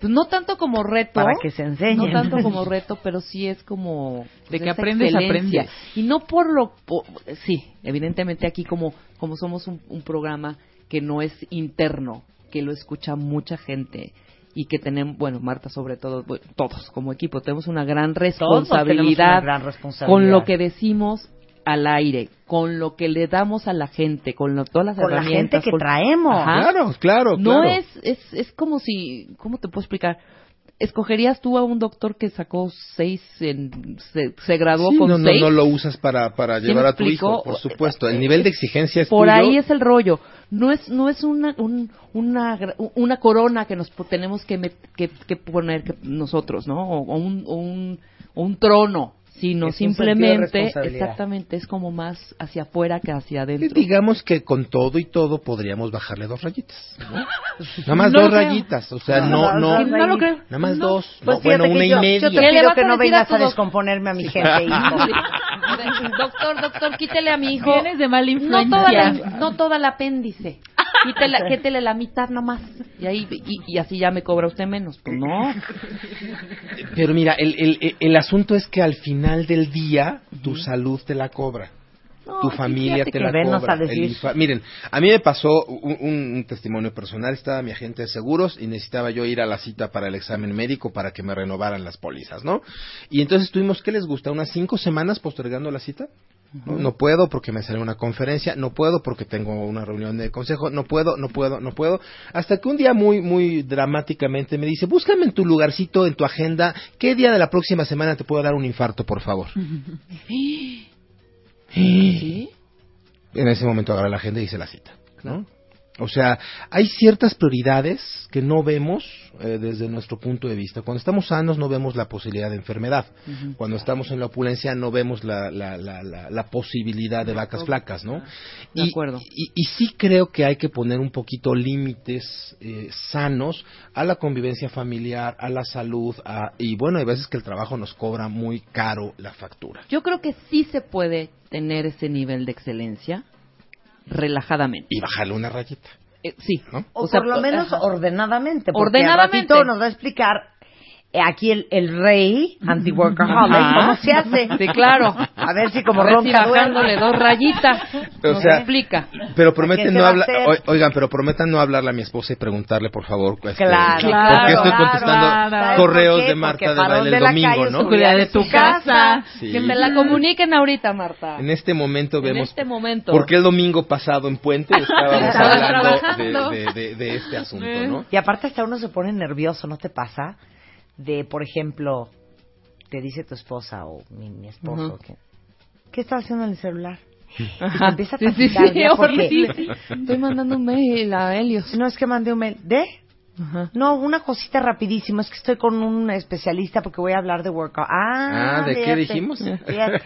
[SPEAKER 6] Pues no tanto como reto.
[SPEAKER 7] Para que se enseñen.
[SPEAKER 6] No tanto
[SPEAKER 7] (laughs)
[SPEAKER 6] como reto, pero sí es como... pues,
[SPEAKER 3] De que
[SPEAKER 6] esa
[SPEAKER 3] aprendes,
[SPEAKER 6] excelencia.
[SPEAKER 3] aprendes.
[SPEAKER 6] Y no por lo... po- sí, evidentemente aquí como, como somos un, un programa que no es interno, que lo escucha mucha gente y que tenemos, bueno, Marta sobre todo, bueno, todos como equipo, tenemos una gran responsabilidad,
[SPEAKER 7] gran responsabilidad.
[SPEAKER 6] con lo que decimos al aire, con lo que le damos a la gente, con lo- todas las
[SPEAKER 7] Con la
[SPEAKER 6] herramientas.
[SPEAKER 7] gente que
[SPEAKER 6] con-
[SPEAKER 7] traemos.
[SPEAKER 6] Ajá.
[SPEAKER 7] Claro, claro,
[SPEAKER 6] Ah, (laughs) No
[SPEAKER 7] claro.
[SPEAKER 6] es es, es, es como si, ¿cómo te puedo explicar? ¿Escogerías tú a un doctor que sacó seis, en- se, (laughs) se graduó
[SPEAKER 8] Sí,
[SPEAKER 6] con
[SPEAKER 8] no, no,
[SPEAKER 6] seis?
[SPEAKER 8] no lo usas para, para
[SPEAKER 6] ¿Sí
[SPEAKER 8] llevar
[SPEAKER 6] me
[SPEAKER 8] a tu hijo,
[SPEAKER 6] explico? eh,
[SPEAKER 8] por supuesto. El nivel de exigencia es
[SPEAKER 6] Por
[SPEAKER 8] tuyo.
[SPEAKER 6] ahí es el rollo. No es, no es una, un- una, gra- una corona que nos po- tenemos que, met- que, que poner que nosotros, ¿no? O, o un, o un, o un trono, sino
[SPEAKER 7] Es un sentido de
[SPEAKER 6] simplemente,
[SPEAKER 7] responsabilidad.
[SPEAKER 6] exactamente, es como más hacia afuera que hacia
[SPEAKER 8] Y
[SPEAKER 6] adentro.
[SPEAKER 8] digamos que con todo y todo podríamos bajarle dos rayitas.
[SPEAKER 6] (laughs)
[SPEAKER 8] ¿no? Nada más
[SPEAKER 6] No
[SPEAKER 8] dos
[SPEAKER 6] lo creo.
[SPEAKER 8] rayitas, o sea,
[SPEAKER 6] No,
[SPEAKER 8] no,
[SPEAKER 6] no,
[SPEAKER 8] no.
[SPEAKER 6] no, no lo creo.
[SPEAKER 8] Nada más
[SPEAKER 6] No.
[SPEAKER 8] dos.
[SPEAKER 7] Pues
[SPEAKER 8] no, bueno,
[SPEAKER 7] fíjate
[SPEAKER 8] una
[SPEAKER 7] que
[SPEAKER 8] y
[SPEAKER 7] yo,
[SPEAKER 8] media.
[SPEAKER 7] yo te pido que no vengas a, descomponerme a mi gente, hijo.
[SPEAKER 6] Doctor, doctor, quítele a mi hijo.
[SPEAKER 3] Vienes de mala
[SPEAKER 6] No
[SPEAKER 3] influencia.
[SPEAKER 6] toda, la, no toda la apéndice. (laughs) Quítela, quítele la mitad nomás. Y, ahí, y, y así ya me cobra usted menos. Pues no.
[SPEAKER 8] Pero mira, el, el- el- el asunto es que al final del día tu salud te la cobra.
[SPEAKER 10] No,
[SPEAKER 8] tu
[SPEAKER 10] sí,
[SPEAKER 8] familia
[SPEAKER 10] fíjate
[SPEAKER 8] te
[SPEAKER 10] que
[SPEAKER 8] la
[SPEAKER 10] venos
[SPEAKER 8] cobra.
[SPEAKER 10] a decir.
[SPEAKER 8] el infa- Miren, a mí me pasó un, un- un testimonio personal. Estaba mi agente de seguros y necesitaba yo ir a la cita para el examen médico para que me renovaran las pólizas, ¿no? Y entonces tuvimos, ¿qué les gusta? Unas cinco semanas postergando la cita. ¿no? No puedo porque me salió una conferencia, no puedo porque tengo una reunión de consejo, no puedo, no puedo, no puedo. Hasta que un día muy, muy dramáticamente me dice, búscame en tu lugarcito, en tu agenda, ¿qué día de la próxima semana te puedo dar un infarto, por favor? (gasps) En ese momento agarré la agenda y hice la cita. ¿no? O sea, hay ciertas prioridades que no vemos eh, desde nuestro punto de vista. Cuando estamos sanos no vemos la posibilidad de enfermedad. Cuando estamos en la opulencia no vemos la, la, la, la, la posibilidad de vacas flacas, ¿no?
[SPEAKER 6] De acuerdo.
[SPEAKER 8] Y, y sí creo que hay que poner un poquito límites eh, sanos a la convivencia familiar, a la salud, a- y bueno, hay veces que el trabajo nos cobra muy caro la factura.
[SPEAKER 6] Yo creo que sí se puede tener ese nivel de excelencia relajadamente.
[SPEAKER 8] Y bajarle una rayita.
[SPEAKER 6] Eh, sí.
[SPEAKER 7] O,
[SPEAKER 6] sea,
[SPEAKER 7] por lo menos
[SPEAKER 6] ajá.
[SPEAKER 7] ordenadamente. Porque
[SPEAKER 6] Ordenadamente.
[SPEAKER 7] al ratito nos va a explicar eh, aquí el, el rey anti-workaholic
[SPEAKER 6] Ajá.
[SPEAKER 7] cómo se hace.
[SPEAKER 6] Sí, claro.
[SPEAKER 7] (laughs) A ver si como
[SPEAKER 6] A ver si
[SPEAKER 7] ronca duerme.
[SPEAKER 6] bajándole dos rayitas.
[SPEAKER 8] O
[SPEAKER 6] nos
[SPEAKER 8] sea,
[SPEAKER 6] explica.
[SPEAKER 8] Pero prometen
[SPEAKER 6] se
[SPEAKER 8] no
[SPEAKER 6] va a
[SPEAKER 8] hablar,
[SPEAKER 6] hacer?
[SPEAKER 8] oi- oigan, pero prometan no hablarle a mi esposa y preguntarle, por favor, este,
[SPEAKER 7] Claro,
[SPEAKER 8] por qué estoy
[SPEAKER 7] claro,
[SPEAKER 8] contestando
[SPEAKER 7] claro. ¿Por
[SPEAKER 8] correos
[SPEAKER 7] qué?
[SPEAKER 8] de
[SPEAKER 7] Porque
[SPEAKER 8] Marta de
[SPEAKER 7] varón
[SPEAKER 8] baile
[SPEAKER 7] de
[SPEAKER 8] el
[SPEAKER 7] la
[SPEAKER 8] domingo,
[SPEAKER 7] calle
[SPEAKER 8] ¿no?
[SPEAKER 7] es Cuida de tu
[SPEAKER 6] casa.
[SPEAKER 8] Sí.
[SPEAKER 6] Que me la comuniquen ahorita, Marta.
[SPEAKER 8] En este momento
[SPEAKER 6] En
[SPEAKER 8] vemos
[SPEAKER 6] este momento.
[SPEAKER 8] por qué el domingo pasado en
[SPEAKER 7] (laughs)
[SPEAKER 8] Puente estábamos
[SPEAKER 7] Estabas
[SPEAKER 8] hablando
[SPEAKER 7] trabajando.
[SPEAKER 8] de, de- de- de este asunto, ¿no?
[SPEAKER 7] Y aparte hasta uno se pone nervioso, ¿no te pasa? De, por ejemplo, te dice tu esposa o mi, mi esposo
[SPEAKER 6] Ujú.
[SPEAKER 7] que, ¿qué estás haciendo en el celular? Y te
[SPEAKER 6] Ajá.
[SPEAKER 7] empieza a
[SPEAKER 6] Sí, sí,
[SPEAKER 7] taquicardia
[SPEAKER 6] sí,
[SPEAKER 7] porque-
[SPEAKER 6] horrible. Estoy mandando un mail a Helios.
[SPEAKER 7] No, es que mandé un mail. ¿De? No, una cosita rapidísima, es que estoy con un especialista porque voy a hablar de workout. Ah,
[SPEAKER 8] Ah, ¿de qué
[SPEAKER 7] fíjate,
[SPEAKER 8] dijimos?
[SPEAKER 7] Fíjate,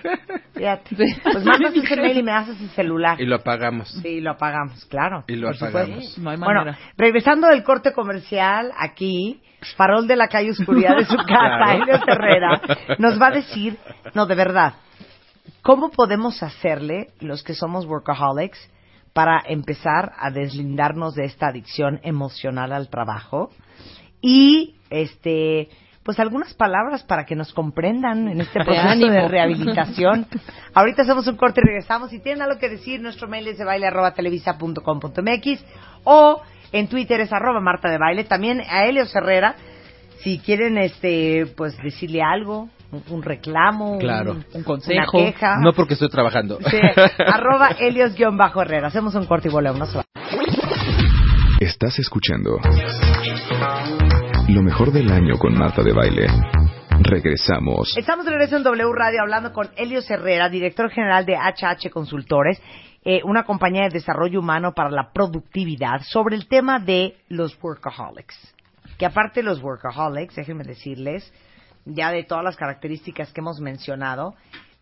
[SPEAKER 7] fíjate.
[SPEAKER 8] (laughs)
[SPEAKER 7] Pues mandas ese mail y me das ese celular.
[SPEAKER 8] Y lo apagamos.
[SPEAKER 7] Sí, lo apagamos, claro.
[SPEAKER 8] Y lo
[SPEAKER 7] por supuesto.
[SPEAKER 8] apagamos.
[SPEAKER 3] No hay
[SPEAKER 7] Bueno,
[SPEAKER 3] manera.
[SPEAKER 7] regresando del corte comercial, aquí, Farol de la calle Oscuridad
[SPEAKER 3] (laughs)
[SPEAKER 7] de su casa,
[SPEAKER 10] Claro.
[SPEAKER 7] Elio Herrera, nos va a decir, no, de verdad, ¿cómo podemos hacerle los que somos workaholics para empezar a deslindarnos de esta adicción emocional al trabajo? Y, este, pues algunas palabras para que nos comprendan en este
[SPEAKER 6] De
[SPEAKER 7] proceso
[SPEAKER 6] ánimo.
[SPEAKER 7] de rehabilitación. Ahorita hacemos un corte y regresamos. Si tienen algo que decir, nuestro mail es de baile arroba televisa punto com punto MX, o en Twitter es arroba Marta de Baile. También a Helios Herrera, si quieren este pues decirle algo, un, un reclamo, un-
[SPEAKER 8] Claro.
[SPEAKER 7] consejo. Una queja.
[SPEAKER 8] No porque estoy trabajando.
[SPEAKER 7] Sí, arroba Helios-Herrera. Hacemos un corte y volvemos. No se va.
[SPEAKER 1] Estás escuchando lo mejor del año con Marta de Baile. Regresamos.
[SPEAKER 7] Estamos de regreso en W Radio hablando con Helios Herrera, director general de HH Consultores, eh, una compañía de desarrollo humano para la productividad, sobre el tema de los workaholics. Que aparte los workaholics, déjenme decirles, ya de todas las características que hemos mencionado,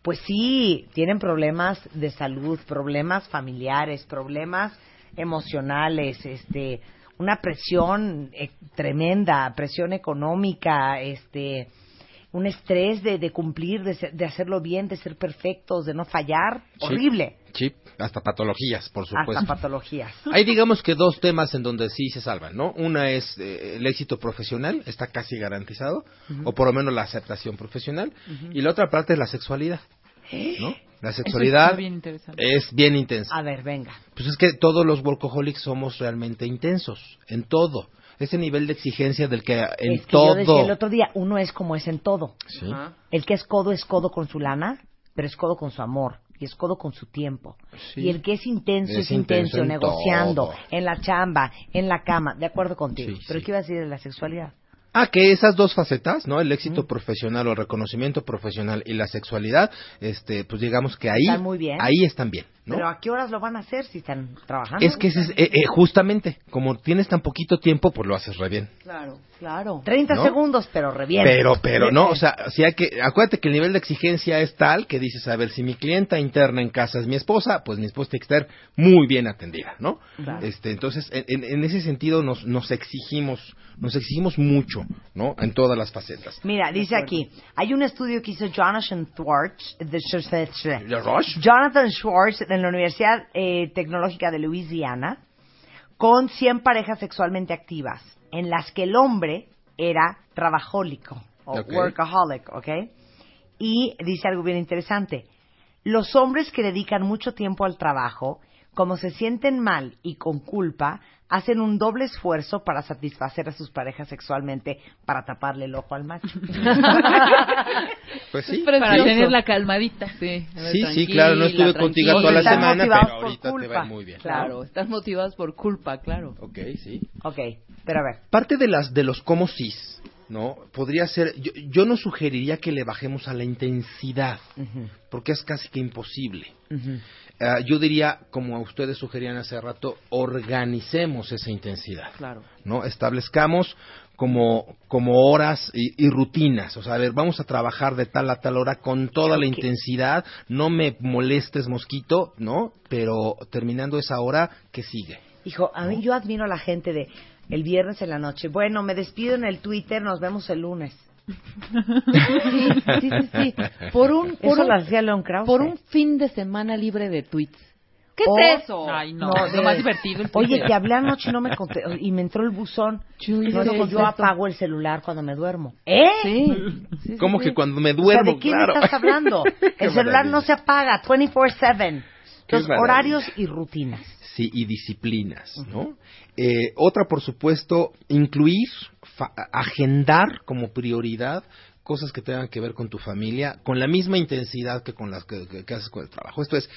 [SPEAKER 7] pues sí, tienen problemas de salud, problemas familiares, problemas emocionales, este, una presión eh, tremenda, presión económica, este, un estrés de, de cumplir, de, ser- de hacerlo bien, de ser perfectos, de no fallar,
[SPEAKER 8] Sí.
[SPEAKER 7] horrible,
[SPEAKER 8] (laughs) Sí, hasta patologías, por supuesto.
[SPEAKER 7] hasta patologías.
[SPEAKER 8] Hay digamos que dos temas en donde sí se salvan, ¿no? Una es eh, el éxito profesional, está casi garantizado,
[SPEAKER 7] Ujú.
[SPEAKER 8] o por lo menos la aceptación profesional,
[SPEAKER 7] Ujú. Eh,
[SPEAKER 8] y la otra parte es la sexualidad, ¿no? La
[SPEAKER 3] Eso está
[SPEAKER 8] sexualidad
[SPEAKER 3] bien interesante.
[SPEAKER 8] es bien intensa.
[SPEAKER 7] A ver, venga.
[SPEAKER 8] Pues es que todos los workaholics somos realmente intensos, en todo. Ese nivel de exigencia del que eh, en
[SPEAKER 7] es que yo
[SPEAKER 8] todo...
[SPEAKER 7] decía el otro día, uno es como es en todo.
[SPEAKER 8] Sí.
[SPEAKER 7] El que es codo es codo con su lana, pero es codo con su amor y es codo con su tiempo.
[SPEAKER 8] Sí.
[SPEAKER 7] Y el que es intenso
[SPEAKER 8] Es
[SPEAKER 7] es, intenso,
[SPEAKER 8] intenso en
[SPEAKER 7] negociando,
[SPEAKER 8] todo.
[SPEAKER 7] en la chamba, en la cama, de acuerdo contigo.
[SPEAKER 8] Sí,
[SPEAKER 7] pero
[SPEAKER 8] sí.
[SPEAKER 7] ¿qué iba a decir de la sexualidad?
[SPEAKER 8] Ah, que esas dos facetas, ¿no? El éxito profesional o el reconocimiento profesional y la sexualidad, este, pues digamos que ahí
[SPEAKER 7] Están muy bien.
[SPEAKER 8] ahí están bien, ¿no?
[SPEAKER 7] Pero ¿a qué horas lo van a hacer si están trabajando?
[SPEAKER 8] Es que ese es, eh, eh, justamente, como tienes tan poquito tiempo, pues lo haces re bien.
[SPEAKER 6] Claro, claro.
[SPEAKER 7] 30
[SPEAKER 8] ¿no?
[SPEAKER 7] segundos, pero re bien.
[SPEAKER 8] Pero, pero, no, o sea, si hay que, acuérdate que el nivel de exigencia es tal que dices, a ver, si mi clienta interna en casa es mi esposa, pues mi esposa tiene que estar muy bien atendida, ¿no?
[SPEAKER 7] Claro.
[SPEAKER 8] Este, entonces, en, en- en ese sentido nos, nos exigimos, nos exigimos mucho, ¿no? En todas las facetas.
[SPEAKER 7] Mira, dice aquí, hay un estudio que hizo Jonathan Schwartz, de
[SPEAKER 8] ¿Ya, Rosh?
[SPEAKER 7] Jonathan Schwartz en la Universidad eh, Tecnológica de Luisiana con 100 parejas sexualmente activas en las que el hombre era trabajólico o
[SPEAKER 8] Ok.
[SPEAKER 7] workaholic, ¿ok? Y dice algo bien interesante. Los hombres que dedican mucho tiempo al trabajo, como se sienten mal y con culpa, hacen un doble esfuerzo para satisfacer a sus parejas sexualmente para taparle el ojo al macho.
[SPEAKER 8] Pues sí.
[SPEAKER 3] Para
[SPEAKER 6] Precioso.
[SPEAKER 3] tener la calmadita. Sí.
[SPEAKER 8] Sí, sí, claro, no estuve contigo toda la
[SPEAKER 7] Están
[SPEAKER 8] semana,
[SPEAKER 7] motivados
[SPEAKER 8] pero
[SPEAKER 7] por
[SPEAKER 8] ahorita te va
[SPEAKER 7] culpa.
[SPEAKER 8] muy bien.
[SPEAKER 6] Claro, están motivadas por culpa, claro.
[SPEAKER 8] Ok, sí.
[SPEAKER 7] ok, pero a ver.
[SPEAKER 8] parte de las de los cómo sís, ¿no? Podría ser, yo, yo no sugeriría que le bajemos a la intensidad, porque es casi que imposible. Ah, yo diría, como a ustedes sugerían hace rato, organicemos esa intensidad.
[SPEAKER 6] Claro.
[SPEAKER 8] ¿no? Establezcamos como, como horas y, y rutinas. O sea, a ver, vamos a trabajar de tal a tal hora con toda la intensidad. No me molestes, mosquito, ¿no? Pero terminando esa hora, que sigue?
[SPEAKER 7] Hijo, a mí yo admiro a la gente de el viernes en la noche. Bueno, me despido en el Twitter, nos vemos el lunes.
[SPEAKER 6] Sí, sí, sí, sí. Por un, por
[SPEAKER 7] Eso
[SPEAKER 6] un,
[SPEAKER 7] lo hacía Leon Krause.
[SPEAKER 6] por un fin de semana libre de tweets. ¿Qué
[SPEAKER 7] O-
[SPEAKER 6] es eso?
[SPEAKER 3] Ay, no,
[SPEAKER 7] No,
[SPEAKER 3] es
[SPEAKER 7] de-
[SPEAKER 3] lo más divertido. el
[SPEAKER 7] Oye,
[SPEAKER 3] Twitter.
[SPEAKER 7] te hablé anoche y no me conté, y me entró el buzón.
[SPEAKER 6] Yo
[SPEAKER 7] No,
[SPEAKER 6] hice- yo
[SPEAKER 7] no, yo apago el celular cuando me duermo. ¿Eh?
[SPEAKER 6] Sí.
[SPEAKER 3] (laughs)
[SPEAKER 6] sí,
[SPEAKER 8] Como
[SPEAKER 6] sí,
[SPEAKER 8] que
[SPEAKER 6] sí.
[SPEAKER 8] cuando me
[SPEAKER 7] O sea,
[SPEAKER 8] duermo,
[SPEAKER 7] ¿De quién
[SPEAKER 6] (laughs)
[SPEAKER 8] claro.
[SPEAKER 7] estás
[SPEAKER 8] (laughs)
[SPEAKER 7] hablando?
[SPEAKER 8] Qué
[SPEAKER 7] El celular
[SPEAKER 8] maravilla.
[SPEAKER 7] no se apaga 24/7.
[SPEAKER 8] Qué
[SPEAKER 7] Los
[SPEAKER 8] maravilla.
[SPEAKER 7] horarios y rutinas.
[SPEAKER 8] Sí, y disciplinas, ¿no? Eh, otra, por supuesto, incluir, fa- agendar como prioridad cosas que tengan que ver con tu familia, con la misma intensidad que con las que, que- que haces con el trabajo. Esto es,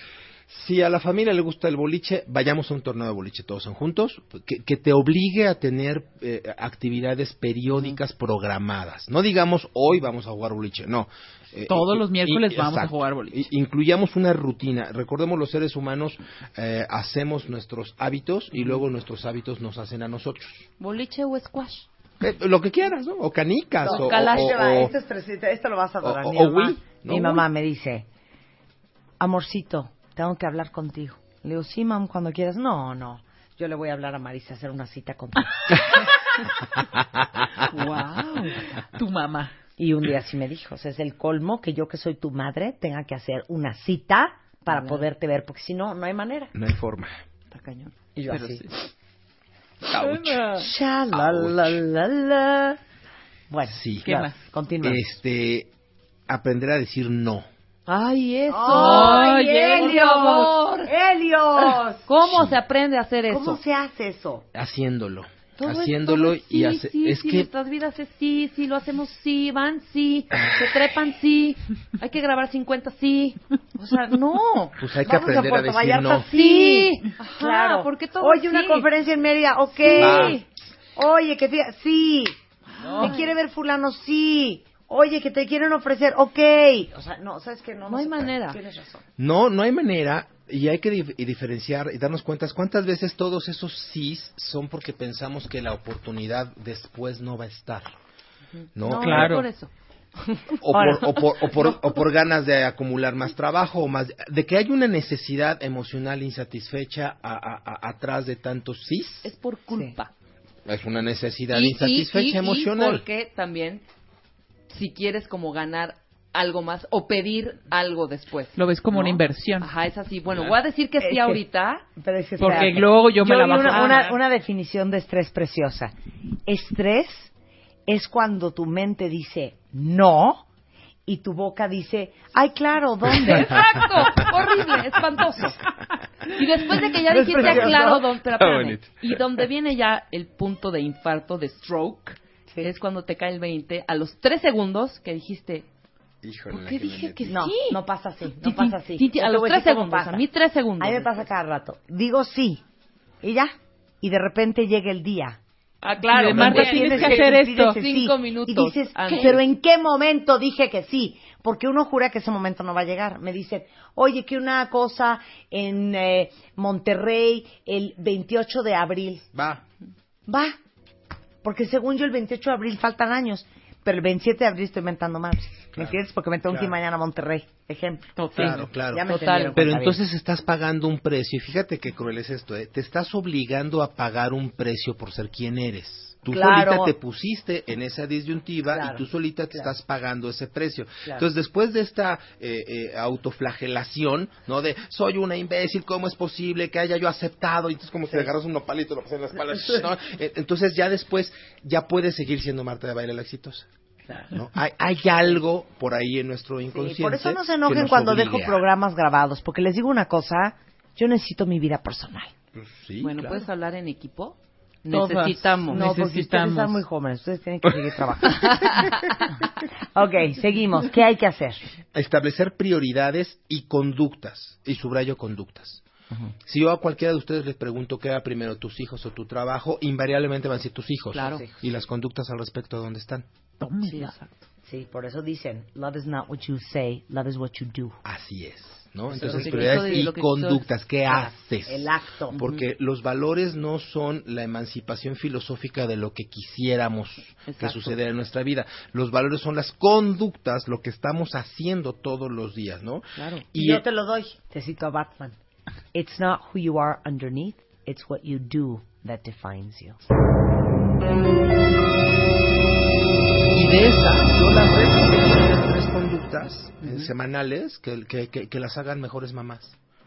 [SPEAKER 8] si a la familia le gusta el boliche, vayamos a un torneo de boliche todos juntos, que, que te obligue a tener eh, actividades periódicas programadas. No digamos, hoy vamos a jugar boliche, no. Eh,
[SPEAKER 3] Todos
[SPEAKER 8] eh,
[SPEAKER 3] los miércoles vamos a jugar boliche.
[SPEAKER 8] I- Incluyamos una rutina. Recordemos, los seres humanos eh, hacemos nuestros hábitos y luego nuestros hábitos nos hacen a nosotros.
[SPEAKER 6] Boliche o squash.
[SPEAKER 8] Eh, lo que quieras, ¿no? O canicas, o, o-
[SPEAKER 7] Calash,
[SPEAKER 8] o-
[SPEAKER 7] lleva, este.
[SPEAKER 8] o-
[SPEAKER 7] esto, es presente, esto lo vas a adorar.
[SPEAKER 8] o-
[SPEAKER 7] mi
[SPEAKER 8] o
[SPEAKER 7] mamá,
[SPEAKER 8] Wii, ¿no?
[SPEAKER 7] mi mamá me dice, amorcito, tengo que hablar contigo. Le digo, sí, mam, cuando quieras. No, no, yo le voy a hablar a Marisa, hacer una
[SPEAKER 8] (laughs)
[SPEAKER 7] cita contigo.
[SPEAKER 3] Wow. Tu mamá.
[SPEAKER 7] y un día sí me dijo, o sea, es el colmo que yo que soy tu madre tenga que hacer una cita para poderte ver, porque si no, no hay manera.
[SPEAKER 8] No hay forma.
[SPEAKER 6] Está cañón.
[SPEAKER 7] Y yo
[SPEAKER 3] Pero
[SPEAKER 7] así.
[SPEAKER 3] sí.
[SPEAKER 7] "Sha, la, la, la, la". Bueno,
[SPEAKER 8] Sí.
[SPEAKER 7] ¿qué
[SPEAKER 3] ¿Qué
[SPEAKER 7] más?
[SPEAKER 3] más?
[SPEAKER 7] Continúa.
[SPEAKER 8] Este, aprender a decir no.
[SPEAKER 6] ¡Ay, eso!
[SPEAKER 7] ¡Ay,
[SPEAKER 6] por
[SPEAKER 7] Helios!
[SPEAKER 6] favor!
[SPEAKER 7] ¡Helios!
[SPEAKER 6] ¿Cómo se aprende a hacer eso?
[SPEAKER 7] ¿Cómo se hace eso?
[SPEAKER 8] Haciéndolo.
[SPEAKER 6] Todo es-
[SPEAKER 8] haciéndolo
[SPEAKER 6] todo es sí,
[SPEAKER 8] y hace-
[SPEAKER 6] sí,
[SPEAKER 8] es
[SPEAKER 6] sí,
[SPEAKER 8] que
[SPEAKER 6] nuestras vidas es sí, sí, lo hacemos sí, van sí, se trepan sí, hay que grabar 50 sí. O sea, no.
[SPEAKER 8] pues hay que
[SPEAKER 7] Vamos
[SPEAKER 8] aprender a,
[SPEAKER 7] Puerto
[SPEAKER 8] decir
[SPEAKER 7] Vallarta,
[SPEAKER 8] no.
[SPEAKER 6] Sí, Ajá,
[SPEAKER 7] (laughs) claro.
[SPEAKER 6] ¿por qué todo
[SPEAKER 7] Oye,
[SPEAKER 6] sí?
[SPEAKER 7] una conferencia en Mérida, ok.
[SPEAKER 8] Va.
[SPEAKER 7] Oye, que fija- sí. ¿Me quiere ver fulano? Sí. Oye, que te quieren ofrecer, ok. O sea, no, sabes que no. No, hay manera. Tienes razón.
[SPEAKER 8] No, no hay manera y hay que dif- y diferenciar y darnos cuenta cuántas veces todos esos sís son porque pensamos que la oportunidad después no va a estar. No,
[SPEAKER 6] no
[SPEAKER 8] claro.
[SPEAKER 6] no por eso.
[SPEAKER 8] O
[SPEAKER 6] Ahora.
[SPEAKER 8] por, o, por, o
[SPEAKER 6] (laughs)
[SPEAKER 8] por- o por ganas de acumular más trabajo o más de que hay una necesidad emocional insatisfecha a- a- a- atrás de tantos sís
[SPEAKER 6] Es por culpa.
[SPEAKER 8] es una necesidad
[SPEAKER 6] Y- y-
[SPEAKER 8] insatisfecha
[SPEAKER 6] y- y
[SPEAKER 8] emocional
[SPEAKER 6] porque también, si quieres como ganar algo más o pedir algo después.
[SPEAKER 3] Lo ves como una inversión.
[SPEAKER 6] Ajá, es así. Bueno,
[SPEAKER 3] Claro.
[SPEAKER 6] voy a decir que
[SPEAKER 7] Es
[SPEAKER 6] sí
[SPEAKER 7] que-
[SPEAKER 6] ahorita.
[SPEAKER 7] Pero es que
[SPEAKER 3] Porque
[SPEAKER 7] espérate.
[SPEAKER 3] luego yo me la
[SPEAKER 7] vi
[SPEAKER 3] bajo.
[SPEAKER 7] Una, una-
[SPEAKER 3] Ah.
[SPEAKER 7] una definición de estrés preciosa. Estrés es cuando tu mente dice no y tu boca dice, ay, claro, (laughs) ¿dónde?
[SPEAKER 6] Exacto, (laughs) horrible, espantoso. Y después de que ya
[SPEAKER 7] No es
[SPEAKER 6] dijiste, ya
[SPEAKER 7] precioso.
[SPEAKER 6] claro, don, pero
[SPEAKER 8] Está
[SPEAKER 6] espérame.
[SPEAKER 8] bonito.
[SPEAKER 6] y donde viene ya el punto de infarto, de stroke, es cuando te cae el 20, a los 3 segundos que dijiste,
[SPEAKER 8] Híjole,
[SPEAKER 6] ¿por qué dije que
[SPEAKER 7] No,
[SPEAKER 6] sí?
[SPEAKER 7] no pasa así,
[SPEAKER 6] Ti, ti,
[SPEAKER 7] no pasa así.
[SPEAKER 6] ti, ti, a
[SPEAKER 7] Te
[SPEAKER 6] los
[SPEAKER 7] voy
[SPEAKER 6] tres
[SPEAKER 7] decir cómo
[SPEAKER 6] segundos,
[SPEAKER 7] pasa.
[SPEAKER 6] a mí tres segundos.
[SPEAKER 7] A mí me pasa cada rato. Digo sí, y ya. Y de repente llega el día.
[SPEAKER 6] Ah, claro,
[SPEAKER 3] Y de Marta,
[SPEAKER 6] también.
[SPEAKER 3] tienes que
[SPEAKER 7] Tienes
[SPEAKER 3] hacer
[SPEAKER 7] decir
[SPEAKER 3] esto. Ah,
[SPEAKER 7] ese sí.
[SPEAKER 6] Cinco minutos
[SPEAKER 7] Y dices,
[SPEAKER 6] antes.
[SPEAKER 7] pero ¿en qué momento dije que sí? Porque uno jura que ese momento no va a llegar. Me dicen, oye, que una cosa en eh, Monterrey el 28 de abril.
[SPEAKER 8] va
[SPEAKER 7] Va. Porque según yo el 28 de abril faltan años. Pero el 27 de abril estoy inventando más. ¿Me
[SPEAKER 8] Claro,
[SPEAKER 7] entiendes? Porque me tengo que ir
[SPEAKER 8] claro.
[SPEAKER 7] mañana a Monterrey. Ejemplo.
[SPEAKER 8] Claro, claro.
[SPEAKER 7] Ya me
[SPEAKER 6] Total.
[SPEAKER 8] Pero
[SPEAKER 7] entendieron, cuenta bien.
[SPEAKER 8] entonces estás pagando un precio, y fíjate qué cruel es esto, ¿eh? te estás obligando a pagar un precio por ser quien eres. Tú
[SPEAKER 7] Claro.
[SPEAKER 8] solita te pusiste en esa disyuntiva
[SPEAKER 7] Claro,
[SPEAKER 8] y tú solita te
[SPEAKER 7] claro.
[SPEAKER 8] estás pagando ese precio.
[SPEAKER 7] Claro.
[SPEAKER 8] Entonces, después de esta eh, eh, autoflagelación, ¿no? De soy una imbécil, ¿cómo es posible que haya yo aceptado? Y entonces, como te agarras un nopal y te lo pasas en la
[SPEAKER 7] (laughs)
[SPEAKER 8] espalda. ¿no? Eh, Entonces, ya después, ya puedes seguir siendo Marta de Baile la exitosa. ¿no? Hay, hay algo por ahí en nuestro
[SPEAKER 7] Sí,
[SPEAKER 8] inconsciente.
[SPEAKER 7] por eso no se
[SPEAKER 8] que
[SPEAKER 7] enojen
[SPEAKER 8] nos
[SPEAKER 7] cuando
[SPEAKER 8] obliga.
[SPEAKER 7] dejo programas grabados, porque les digo una cosa, yo necesito mi vida personal.
[SPEAKER 8] Pues sí,
[SPEAKER 6] Bueno,
[SPEAKER 8] claro.
[SPEAKER 6] ¿puedes hablar en equipo?
[SPEAKER 3] Todas.
[SPEAKER 6] Necesitamos.
[SPEAKER 7] No, porque ustedes
[SPEAKER 3] Necesitamos.
[SPEAKER 7] están muy jóvenes, ustedes tienen que seguir
[SPEAKER 8] (laughs)
[SPEAKER 7] trabajando. ok, seguimos. ¿Qué hay que hacer?
[SPEAKER 8] establecer prioridades y conductas, y subrayo conductas. Si yo a cualquiera de ustedes les pregunto qué va primero, tus hijos o tu trabajo, invariablemente van a decir tus hijos.
[SPEAKER 6] Claro.
[SPEAKER 8] Y las conductas al respecto, ¿dónde están?
[SPEAKER 6] Sí, exacto.
[SPEAKER 7] Sí, por eso dicen, love is not what you say, love is what you do.
[SPEAKER 8] Así es, ¿no?
[SPEAKER 6] Eso es lo
[SPEAKER 8] Entonces,
[SPEAKER 6] que
[SPEAKER 8] prioridades
[SPEAKER 6] quiso-
[SPEAKER 8] y
[SPEAKER 6] lo que quiso-
[SPEAKER 8] conductas, ¿qué haces?
[SPEAKER 7] El acto.
[SPEAKER 8] Porque los valores no son la emancipación filosófica de lo que quisiéramos que
[SPEAKER 6] Exacto.
[SPEAKER 8] sucediera en nuestra vida. Los valores son las conductas, lo que estamos haciendo todos los días, ¿no?
[SPEAKER 6] Claro.
[SPEAKER 7] Y
[SPEAKER 8] e-
[SPEAKER 7] yo te lo doy. Te cito a Batman. It's not who you are underneath, it's what you do that defines you.
[SPEAKER 8] Y de esas, yo las recomiendo tres conductas eh, semanales que, que, que, que las hagan mejores mamás.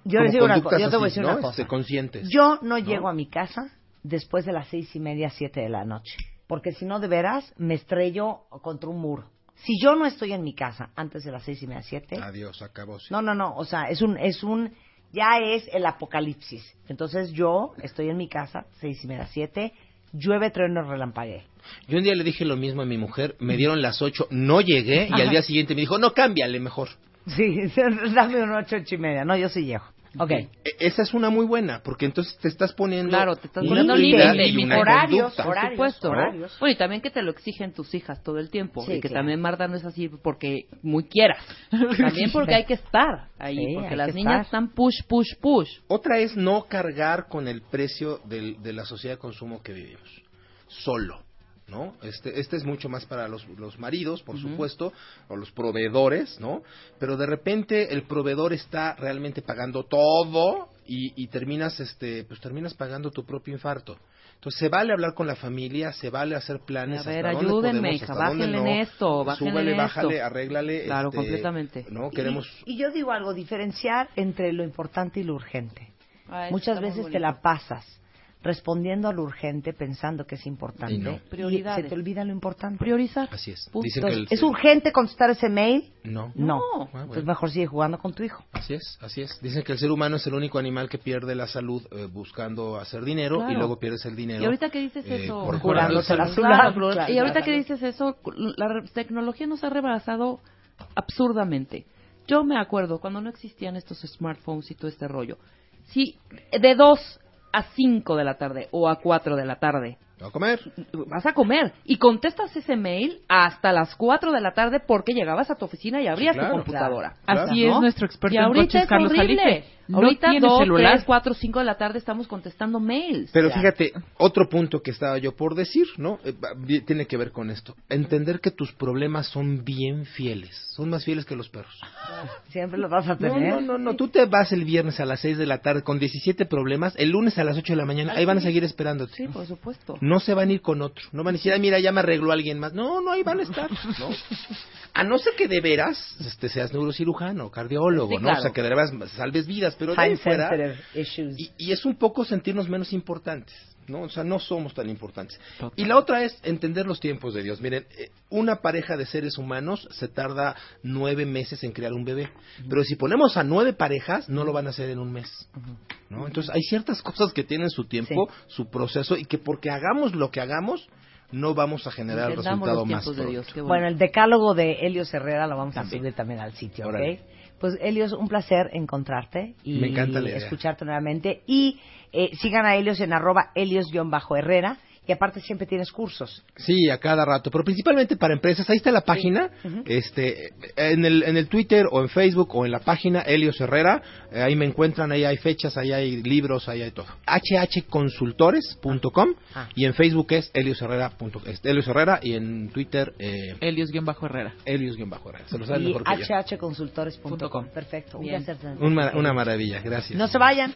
[SPEAKER 7] Yo
[SPEAKER 8] Como
[SPEAKER 7] les digo una
[SPEAKER 8] conductas
[SPEAKER 7] cosa, yo te voy a
[SPEAKER 8] así,
[SPEAKER 7] decir
[SPEAKER 8] ¿no?
[SPEAKER 7] una cosa.
[SPEAKER 8] Este, conscientes.
[SPEAKER 7] Yo no, llego a mi casa después de las seis y media, siete de la noche. Porque si no, de veras, me estrello contra un muro. Si yo no estoy en mi casa antes de las seis y media, siete...
[SPEAKER 8] Adiós, acabó. sí.
[SPEAKER 7] No, no, no. O sea, es un... Es un ya es el apocalipsis. Entonces yo estoy en mi casa, seis y media, siete, llueve, trueno, relampagué.
[SPEAKER 8] Yo un día le dije lo mismo a mi mujer, me dieron las ocho, no llegué, y al día siguiente me dijo, no, cámbiale mejor.
[SPEAKER 7] (laughs) Sí, (laughs) dame un ocho, ocho y media. No, yo sí llego. Ok.
[SPEAKER 8] E- Esa es una muy buena, porque entonces te estás poniendo
[SPEAKER 6] Claro, te estás
[SPEAKER 8] una
[SPEAKER 6] poniendo
[SPEAKER 8] prioridad
[SPEAKER 6] límite,
[SPEAKER 8] y
[SPEAKER 6] límite.
[SPEAKER 8] una
[SPEAKER 7] Horarios,
[SPEAKER 8] conducta.
[SPEAKER 7] horarios.
[SPEAKER 6] Por supuesto.
[SPEAKER 7] horarios.
[SPEAKER 6] Bueno, y también que te lo exigen tus hijas todo el tiempo.
[SPEAKER 7] Sí,
[SPEAKER 6] y que
[SPEAKER 7] claro.
[SPEAKER 6] también Marta no es así porque muy
[SPEAKER 7] (laughs)
[SPEAKER 6] quieras. También porque hay que estar ahí.
[SPEAKER 7] Sí,
[SPEAKER 6] porque
[SPEAKER 7] hay
[SPEAKER 6] las
[SPEAKER 7] que
[SPEAKER 6] niñas
[SPEAKER 7] estar.
[SPEAKER 6] están push, push, push.
[SPEAKER 8] Otra es no cargar con el precio del- de la sociedad de consumo que vivimos, solo, ¿no? Este, este es mucho más para los, los maridos, por supuesto, o los proveedores, ¿no? Pero de repente el proveedor está realmente pagando todo y, y terminas, este, pues terminas pagando tu propio infarto. Entonces se vale hablar con la familia, se vale hacer planes.
[SPEAKER 6] A ver,
[SPEAKER 8] hasta dónde
[SPEAKER 6] ayúdenme,
[SPEAKER 8] podemos,
[SPEAKER 6] hija,
[SPEAKER 8] hasta dónde
[SPEAKER 6] bájenle
[SPEAKER 8] no,
[SPEAKER 6] en esto, bájenle
[SPEAKER 8] súbale,
[SPEAKER 6] en
[SPEAKER 8] bájale,
[SPEAKER 6] esto.
[SPEAKER 8] arréglale.
[SPEAKER 6] Claro,
[SPEAKER 8] este,
[SPEAKER 6] completamente.
[SPEAKER 8] No
[SPEAKER 7] Y-
[SPEAKER 8] queremos.
[SPEAKER 7] Y, yo digo algo, diferenciar entre lo importante y lo urgente. Muchas veces te la pasas respondiendo a lo urgente pensando que es importante.
[SPEAKER 8] Y no.
[SPEAKER 6] Prioridades.
[SPEAKER 7] se te olvida lo importante.
[SPEAKER 6] Priorizar.
[SPEAKER 8] Así es.
[SPEAKER 6] Punto.
[SPEAKER 8] Dicen que el-
[SPEAKER 7] ¿Es urgente contestar ese mail?
[SPEAKER 8] No.
[SPEAKER 7] No.
[SPEAKER 6] No. pues
[SPEAKER 8] Ah, bueno.
[SPEAKER 7] Entonces mejor sigue jugando con tu hijo.
[SPEAKER 8] Así es, así es. Dicen que el ser humano es el único animal que pierde la salud eh, buscando hacer dinero
[SPEAKER 6] Claro.
[SPEAKER 8] y luego pierdes el dinero.
[SPEAKER 6] Y ahorita que dices
[SPEAKER 8] eh,
[SPEAKER 6] eso,
[SPEAKER 8] por
[SPEAKER 7] Jurándose
[SPEAKER 8] jurar.
[SPEAKER 7] la
[SPEAKER 6] Claro,
[SPEAKER 7] Claro,
[SPEAKER 6] claro.
[SPEAKER 7] claro,
[SPEAKER 6] y ahorita
[SPEAKER 7] claro.
[SPEAKER 6] que dices eso, la re- tecnología nos ha rebasado absurdamente. Yo me acuerdo cuando no existían estos smartphones y todo este rollo. Si de 2 a 5 de la tarde o a 4 de la tarde
[SPEAKER 8] a comer.
[SPEAKER 6] Vas a comer y contestas ese mail hasta las 4 de la tarde porque llegabas a tu oficina y abrías
[SPEAKER 3] claro.
[SPEAKER 6] tu computadora.
[SPEAKER 3] Así
[SPEAKER 6] ¿no?
[SPEAKER 3] es nuestro experto
[SPEAKER 6] Y
[SPEAKER 3] en
[SPEAKER 6] ahorita
[SPEAKER 3] coches,
[SPEAKER 6] es
[SPEAKER 3] Carlos
[SPEAKER 6] horrible.
[SPEAKER 3] Jalife. No
[SPEAKER 6] ahorita
[SPEAKER 3] tiene
[SPEAKER 6] 2,
[SPEAKER 3] celular.
[SPEAKER 6] 3, 4, 5 de la tarde estamos contestando mails.
[SPEAKER 8] Pero
[SPEAKER 6] Ya.
[SPEAKER 8] fíjate, otro punto que estaba yo por decir, ¿no? Eh, va- vi- Tiene que ver con esto. Entender que tus problemas son bien fieles. Son más fieles que los perros.
[SPEAKER 6] Ah,
[SPEAKER 7] Siempre lo vas a
[SPEAKER 8] No,
[SPEAKER 7] tener.
[SPEAKER 8] no, no, no. Tú te vas el viernes a las 6 de la tarde con 17 problemas. El lunes a las 8 de la mañana. Ahí van a seguir esperándote.
[SPEAKER 6] Sí, por supuesto.
[SPEAKER 8] No se van a ir con otro. No van a decir, "Ay, mira, ya me arregló alguien más. No, no, ahí van a
[SPEAKER 7] (laughs)
[SPEAKER 8] estar. ¿no? A no ser que de veras este, seas neurocirujano, cardiólogo,
[SPEAKER 7] Sí,
[SPEAKER 8] ¿no?
[SPEAKER 7] claro.
[SPEAKER 8] O sea, que de veras salves vidas. Pero de ahí
[SPEAKER 7] Time
[SPEAKER 8] fuera,
[SPEAKER 7] sensitive issues.
[SPEAKER 8] y, y es un poco sentirnos menos importantes, ¿no? O sea, no somos tan importantes. Y la otra es entender los tiempos de Dios. Miren, eh, una pareja de seres humanos se tarda nueve meses en crear un bebé. Pero si ponemos a nueve parejas, no lo van a hacer en un mes. ¿no? Entonces hay ciertas cosas que tienen su tiempo, su proceso, y que porque hagamos lo que hagamos, no vamos a generar el
[SPEAKER 7] Entendamos
[SPEAKER 8] resultado
[SPEAKER 7] los
[SPEAKER 8] más
[SPEAKER 7] tiempos de
[SPEAKER 8] pronto.
[SPEAKER 7] Dios, qué bueno. Bueno, el decálogo de Helios Herrera lo vamos a subir también al sitio, ¿ok?
[SPEAKER 8] Órale.
[SPEAKER 7] Pues Helios, un placer encontrarte y
[SPEAKER 8] Me encanta la idea.
[SPEAKER 7] escucharte nuevamente. Y eh, sigan a Helios en arroba Helios-Herrera. Y aparte siempre tienes cursos.
[SPEAKER 8] Sí, a cada rato, pero principalmente para empresas. Ahí está la página,
[SPEAKER 7] Ujú.
[SPEAKER 8] este, en el, en el Twitter o en Facebook o en la página Helios Herrera. eh, ahí me encuentran, ahí hay fechas, ahí hay libros, ahí hay todo. hhconsultores.com
[SPEAKER 7] Ah.
[SPEAKER 8] y en Facebook es Helios Herrera, punto- es Helios Herrera y en Twitter eh,
[SPEAKER 3] Helios-Herrera.
[SPEAKER 8] Helios-Herrera. Se lo saben
[SPEAKER 7] y
[SPEAKER 8] mejor que yo.
[SPEAKER 7] hhconsultores.com. Perfecto. Un placer.
[SPEAKER 8] Un mar- una maravilla, gracias.
[SPEAKER 7] No se vayan.